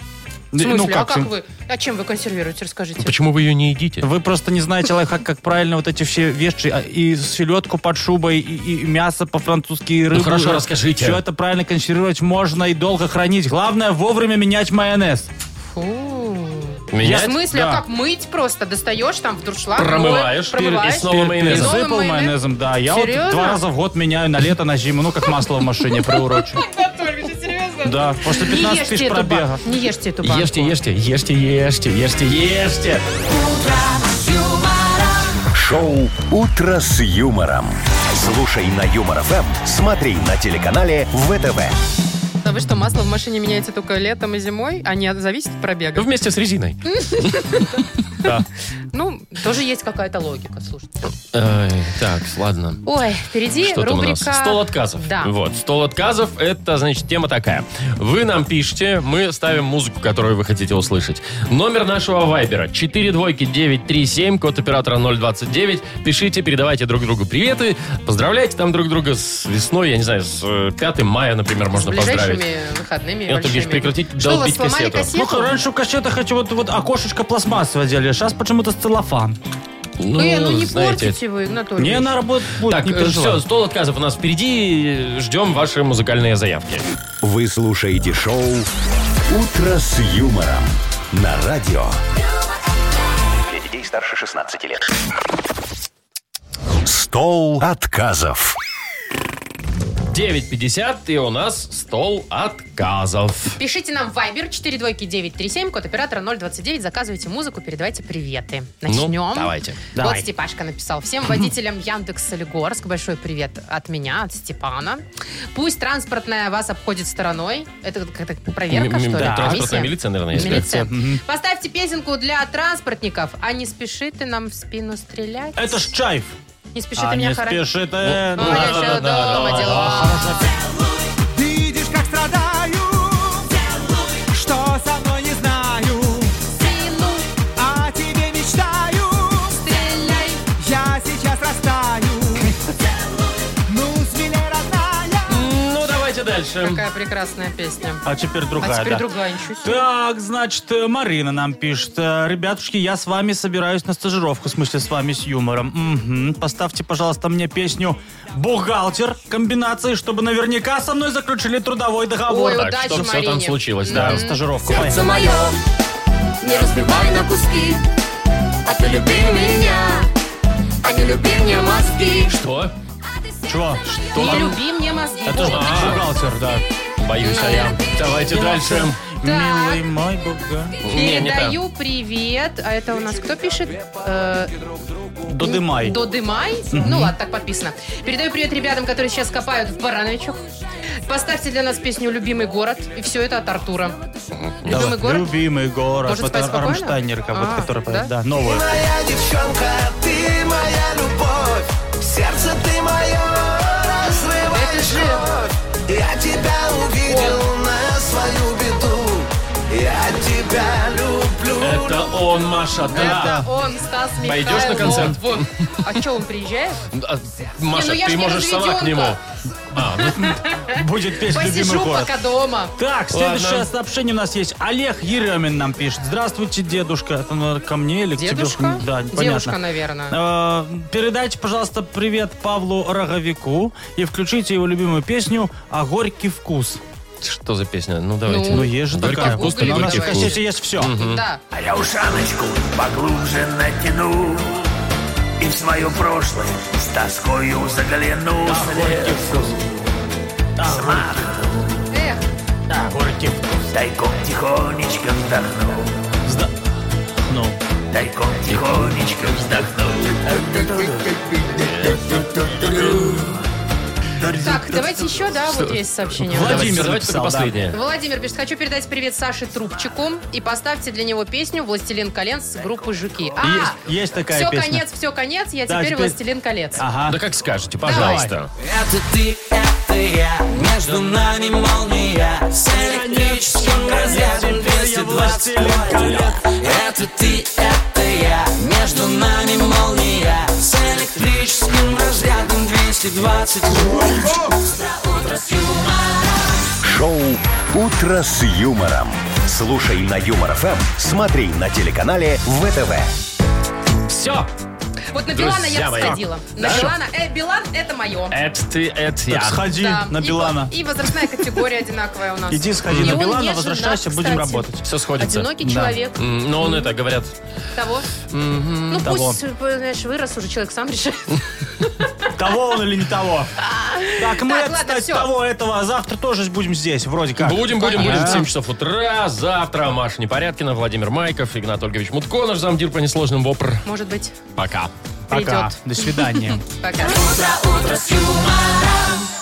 [SPEAKER 4] В
[SPEAKER 5] Ну,
[SPEAKER 4] смысле? а
[SPEAKER 5] как
[SPEAKER 4] как
[SPEAKER 5] сим-
[SPEAKER 4] вы? А чем вы консервируете? Расскажите.
[SPEAKER 3] Почему вы ее не едите?
[SPEAKER 5] Вы просто не знаете лайфхак, как правильно вот эти все вещи, а, и селедку под шубой, и, и мясо по-французски, и рыбу.
[SPEAKER 3] Ну, хорошо, расскажите.
[SPEAKER 5] Все это правильно консервировать можно и долго хранить. Главное, вовремя менять майонез.
[SPEAKER 4] Фу.
[SPEAKER 3] Менять?
[SPEAKER 4] В смысле,
[SPEAKER 5] Да.
[SPEAKER 4] а как мыть просто? Достаешь там в дуршлаг,
[SPEAKER 3] Промываешь,
[SPEAKER 4] моешь, промываешь.
[SPEAKER 3] и снова майонезом.
[SPEAKER 4] Новым
[SPEAKER 5] Пересыпал
[SPEAKER 4] майонез?
[SPEAKER 5] майонезом, да. Я
[SPEAKER 4] Серьезно?
[SPEAKER 5] вот два раза в год меняю на лето, на зиму, ну, как масло в машине приурочу.
[SPEAKER 4] Анатольевич, серьезно?
[SPEAKER 5] Да, после
[SPEAKER 4] Не
[SPEAKER 5] 15
[SPEAKER 4] ешьте,
[SPEAKER 5] тысяч
[SPEAKER 4] эту
[SPEAKER 5] пробега.
[SPEAKER 4] ба- не ешьте эту банку.
[SPEAKER 3] Ешьте, ешьте, ешьте, ешьте, ешьте, ешьте.
[SPEAKER 1] Шоу «Утро с юмором». Слушай на Юмор ФМ, смотри на телеканале ВТВ.
[SPEAKER 4] А вы что, масло в машине меняете только летом и зимой, а не от- зависит от пробега?
[SPEAKER 3] Вместе с резиной.
[SPEAKER 4] Ну, тоже есть какая-то логика, слушайте.
[SPEAKER 3] Эй, Так, ладно.
[SPEAKER 4] Ой, впереди
[SPEAKER 3] Что там у
[SPEAKER 4] рубрика...
[SPEAKER 3] нас? Стол отказов.
[SPEAKER 4] Да.
[SPEAKER 3] Вот, стол отказов, это, значит, тема такая. Вы нам пишете, мы ставим музыку, которую вы хотите услышать. Номер нашего вайбера 4 двойки 937, код оператора 029. Пишите, передавайте друг другу приветы, поздравляйте там друг друга с весной, я не знаю, с э, 5 мая, например, можно
[SPEAKER 4] с ближайшими
[SPEAKER 3] поздравить.
[SPEAKER 4] выходными
[SPEAKER 3] Я, Антон Ильич,
[SPEAKER 4] большими.
[SPEAKER 3] прекратить
[SPEAKER 4] Что, у вас
[SPEAKER 3] долбить
[SPEAKER 4] сломали
[SPEAKER 3] кассету.
[SPEAKER 4] кассету? Э,
[SPEAKER 5] Ну, раньше в кассетах эти вот, вот окошечко пластмассовое делали, сейчас почему-то с целлофан.
[SPEAKER 3] Ну,
[SPEAKER 4] Э, ну не
[SPEAKER 3] знаете,
[SPEAKER 4] портите вы, Анатолий.
[SPEAKER 5] Не на работу будет,
[SPEAKER 3] Так, э,
[SPEAKER 5] не переживай.
[SPEAKER 3] все, стол отказов у нас впереди. э, Ждем ваши музыкальные заявки.
[SPEAKER 1] Вы слушаете шоу «Утро с юмором» на радио.
[SPEAKER 6] Для детей старше 16 лет.
[SPEAKER 1] Стол отказов.
[SPEAKER 3] 9.50, и у нас стол отказов.
[SPEAKER 4] Пишите нам в Viber 42937, код оператора 029, заказывайте музыку, передавайте приветы.
[SPEAKER 3] Ну,
[SPEAKER 4] Начнем.
[SPEAKER 3] давайте.
[SPEAKER 4] Вот
[SPEAKER 5] Давай.
[SPEAKER 4] Степашка написал.
[SPEAKER 5] [CLEARS THROAT]
[SPEAKER 4] Всем водителям Яндекс Солигорск большой привет от меня, от Степана. Пусть транспортная вас обходит стороной. Это какая-то проверка,
[SPEAKER 3] М- м-
[SPEAKER 4] что ли?
[SPEAKER 3] да, транспортная
[SPEAKER 4] Комиссия?
[SPEAKER 3] милиция, наверное, если.
[SPEAKER 4] Милиция. Поставьте песенку для транспортников, а не спеши ты нам в спину стрелять.
[SPEAKER 5] Это ж чайф.
[SPEAKER 4] Не спеши
[SPEAKER 5] А
[SPEAKER 4] ты меня
[SPEAKER 5] не
[SPEAKER 4] хоро-
[SPEAKER 5] спеши э, ты.
[SPEAKER 4] Ну, я еще дома дела.
[SPEAKER 2] Видишь, как страдаю, что со мной не знаю, о тебе мечтаю, я сейчас растаю. Ну, смелей, родная.
[SPEAKER 3] Ну, давайте дальше.
[SPEAKER 4] Какая прекрасная песня.
[SPEAKER 5] А теперь другая,
[SPEAKER 4] А теперь
[SPEAKER 5] да.
[SPEAKER 4] другая, ничего себе.
[SPEAKER 5] Так, значит, э, Марина нам пишет. э, Ребятушки, я с вами собираюсь на стажировку, в смысле с вами с юмором. Мгм. Поставьте, пожалуйста, мне песню «Бухгалтер» комбинации, чтобы наверняка со мной заключили трудовой договор.
[SPEAKER 4] Ой,
[SPEAKER 5] Так,
[SPEAKER 4] удачи,
[SPEAKER 3] А, Что все там
[SPEAKER 4] Марине.
[SPEAKER 3] случилось,
[SPEAKER 5] Да,
[SPEAKER 3] да.
[SPEAKER 5] стажировку.
[SPEAKER 2] Сердце мое, не разбивай на куски, а ты люби меня, а не люби мне мозги.
[SPEAKER 3] Что?
[SPEAKER 5] Чего?
[SPEAKER 4] Не люби мне мозги.
[SPEAKER 5] Это же
[SPEAKER 4] Вот.
[SPEAKER 5] бухгалтер, да.
[SPEAKER 3] Боюсь, а я. Давайте дальше.
[SPEAKER 5] Милый мой бухгалтер.
[SPEAKER 3] Не, не та.
[SPEAKER 4] Передаю привет. А это у нас кто пишет? Э,
[SPEAKER 5] Додымай.
[SPEAKER 4] Додымай? Ну ладно, так подписано. Передаю привет ребятам, которые сейчас копают в Барановичах. Поставьте для нас песню «Любимый город». И все это от Артура.
[SPEAKER 5] Давай.
[SPEAKER 4] Любимый город?
[SPEAKER 5] Любимый город.
[SPEAKER 4] Может,
[SPEAKER 5] Вот
[SPEAKER 4] спать спокойно?
[SPEAKER 5] Рамштайнерка, вот,
[SPEAKER 4] А,
[SPEAKER 5] которая поет,
[SPEAKER 4] да?
[SPEAKER 5] да, новая.
[SPEAKER 2] Моя девчонка, ты моя любовь, сердце ты мое, разрываешь
[SPEAKER 4] Это же-
[SPEAKER 2] кровь. Я тебя увидел на свою беду, я тебя люблю.
[SPEAKER 3] Это он, Маша,
[SPEAKER 4] Это
[SPEAKER 3] да.
[SPEAKER 4] он, Стас Михайлов.
[SPEAKER 3] Пойдешь на концерт?
[SPEAKER 4] Вот. А что, он приезжает?
[SPEAKER 3] А, Маша,
[SPEAKER 4] Не, ну я ж
[SPEAKER 3] ты
[SPEAKER 4] не
[SPEAKER 3] можешь сама к нему.
[SPEAKER 4] разведенка.
[SPEAKER 3] А, ну,
[SPEAKER 5] Будет песня [LAUGHS] «Любимый
[SPEAKER 4] Посижу
[SPEAKER 5] город».
[SPEAKER 4] пока дома.
[SPEAKER 5] Так, следующее
[SPEAKER 3] Ладно.
[SPEAKER 5] сообщение у нас есть. Олег Еремин нам пишет. Здравствуйте, дедушка. Это наверное, ко мне или
[SPEAKER 4] Дедушка?
[SPEAKER 5] к тебе? Да,
[SPEAKER 4] Девушка,
[SPEAKER 5] непонятно.
[SPEAKER 4] наверное.
[SPEAKER 5] Э, Передайте, пожалуйста, привет Павлу Роговику и включите его любимую песню «А горький вкус».
[SPEAKER 3] Что за песня? Ну, давайте.
[SPEAKER 5] Ну, есть же
[SPEAKER 3] Горький
[SPEAKER 5] такая.
[SPEAKER 3] вкус,
[SPEAKER 4] так
[SPEAKER 5] На
[SPEAKER 3] горький
[SPEAKER 5] нашей
[SPEAKER 4] горький
[SPEAKER 3] вкус.
[SPEAKER 5] кассете есть все.
[SPEAKER 4] Да.
[SPEAKER 2] А я ушаночку поглубже натяну И в свое прошлое с тоскою загляну
[SPEAKER 5] Горький вкус.
[SPEAKER 4] Эх,
[SPEAKER 5] Да, горький вкус.
[SPEAKER 2] Тайком тихонечко вздохну
[SPEAKER 5] Зда- Ну,
[SPEAKER 2] Тайком тихонечко вздохну
[SPEAKER 4] так, давайте еще, да, вот есть сообщение.
[SPEAKER 3] Давайте,
[SPEAKER 5] Владимир
[SPEAKER 3] давайте
[SPEAKER 5] написал,
[SPEAKER 3] только
[SPEAKER 5] да.
[SPEAKER 3] последнее.
[SPEAKER 4] Владимир пишет, хочу передать привет Саше Трубчику и поставьте для него песню «Властелин колец» группы «Жуки». А,
[SPEAKER 5] Есть- есть такая
[SPEAKER 4] все
[SPEAKER 5] песня. А,
[SPEAKER 4] конец, все конец, я
[SPEAKER 5] Да,
[SPEAKER 4] теперь,
[SPEAKER 5] теперь-
[SPEAKER 4] «Властелин колец».
[SPEAKER 5] Ага.
[SPEAKER 3] Да как скажете, пожалуйста.
[SPEAKER 2] Это ты, это я Между нами молния С электрическим разрядом 220 вольт Это ты, это я Между нами молния С электрическим разрядом 220 вольт Утро, утро с юмором
[SPEAKER 1] Шоу «Утро с юмором». Слушай на Юмор ФМ, смотри на телеканале ВТВ.
[SPEAKER 3] Все.
[SPEAKER 4] Вот на Билана
[SPEAKER 3] Друзья
[SPEAKER 4] я бы
[SPEAKER 3] мои.
[SPEAKER 4] сходила. На
[SPEAKER 3] Да?
[SPEAKER 4] Билана. Э, Билан это мое.
[SPEAKER 3] Это ты, это я.
[SPEAKER 5] Так сходи Э, на Билана.
[SPEAKER 4] И, возрастная категория одинаковая у нас.
[SPEAKER 5] Иди сходи
[SPEAKER 4] И ну
[SPEAKER 5] на
[SPEAKER 4] он не
[SPEAKER 5] Билана,
[SPEAKER 4] женат,
[SPEAKER 5] возвращайся, будем
[SPEAKER 4] кстати.
[SPEAKER 5] работать.
[SPEAKER 3] Все сходится.
[SPEAKER 12] Одинокий
[SPEAKER 5] Да.
[SPEAKER 12] человек
[SPEAKER 3] М, Но он это, говорят,
[SPEAKER 12] того. Ну
[SPEAKER 5] того.
[SPEAKER 12] пусть, э, знаешь, вырос уже, человек сам решает.
[SPEAKER 5] Того он или
[SPEAKER 4] [LAUGHS]
[SPEAKER 5] не того. Так, мы,
[SPEAKER 4] Так, ладно,
[SPEAKER 5] кстати,
[SPEAKER 4] всё.
[SPEAKER 5] того, этого, а завтра тоже будем здесь, вроде
[SPEAKER 4] А
[SPEAKER 5] как.
[SPEAKER 3] Будем, будем, будем.
[SPEAKER 5] Да.
[SPEAKER 3] В 7 часов утра. Завтра Маша Непорядкина, Владимир Майков, Игнат Ольгович Мутко, наш замдир по несложным вопр.
[SPEAKER 4] Может быть,
[SPEAKER 3] Пока.
[SPEAKER 5] Пока. До свидания.
[SPEAKER 4] пока.
[SPEAKER 13] Утро, утро с юмором.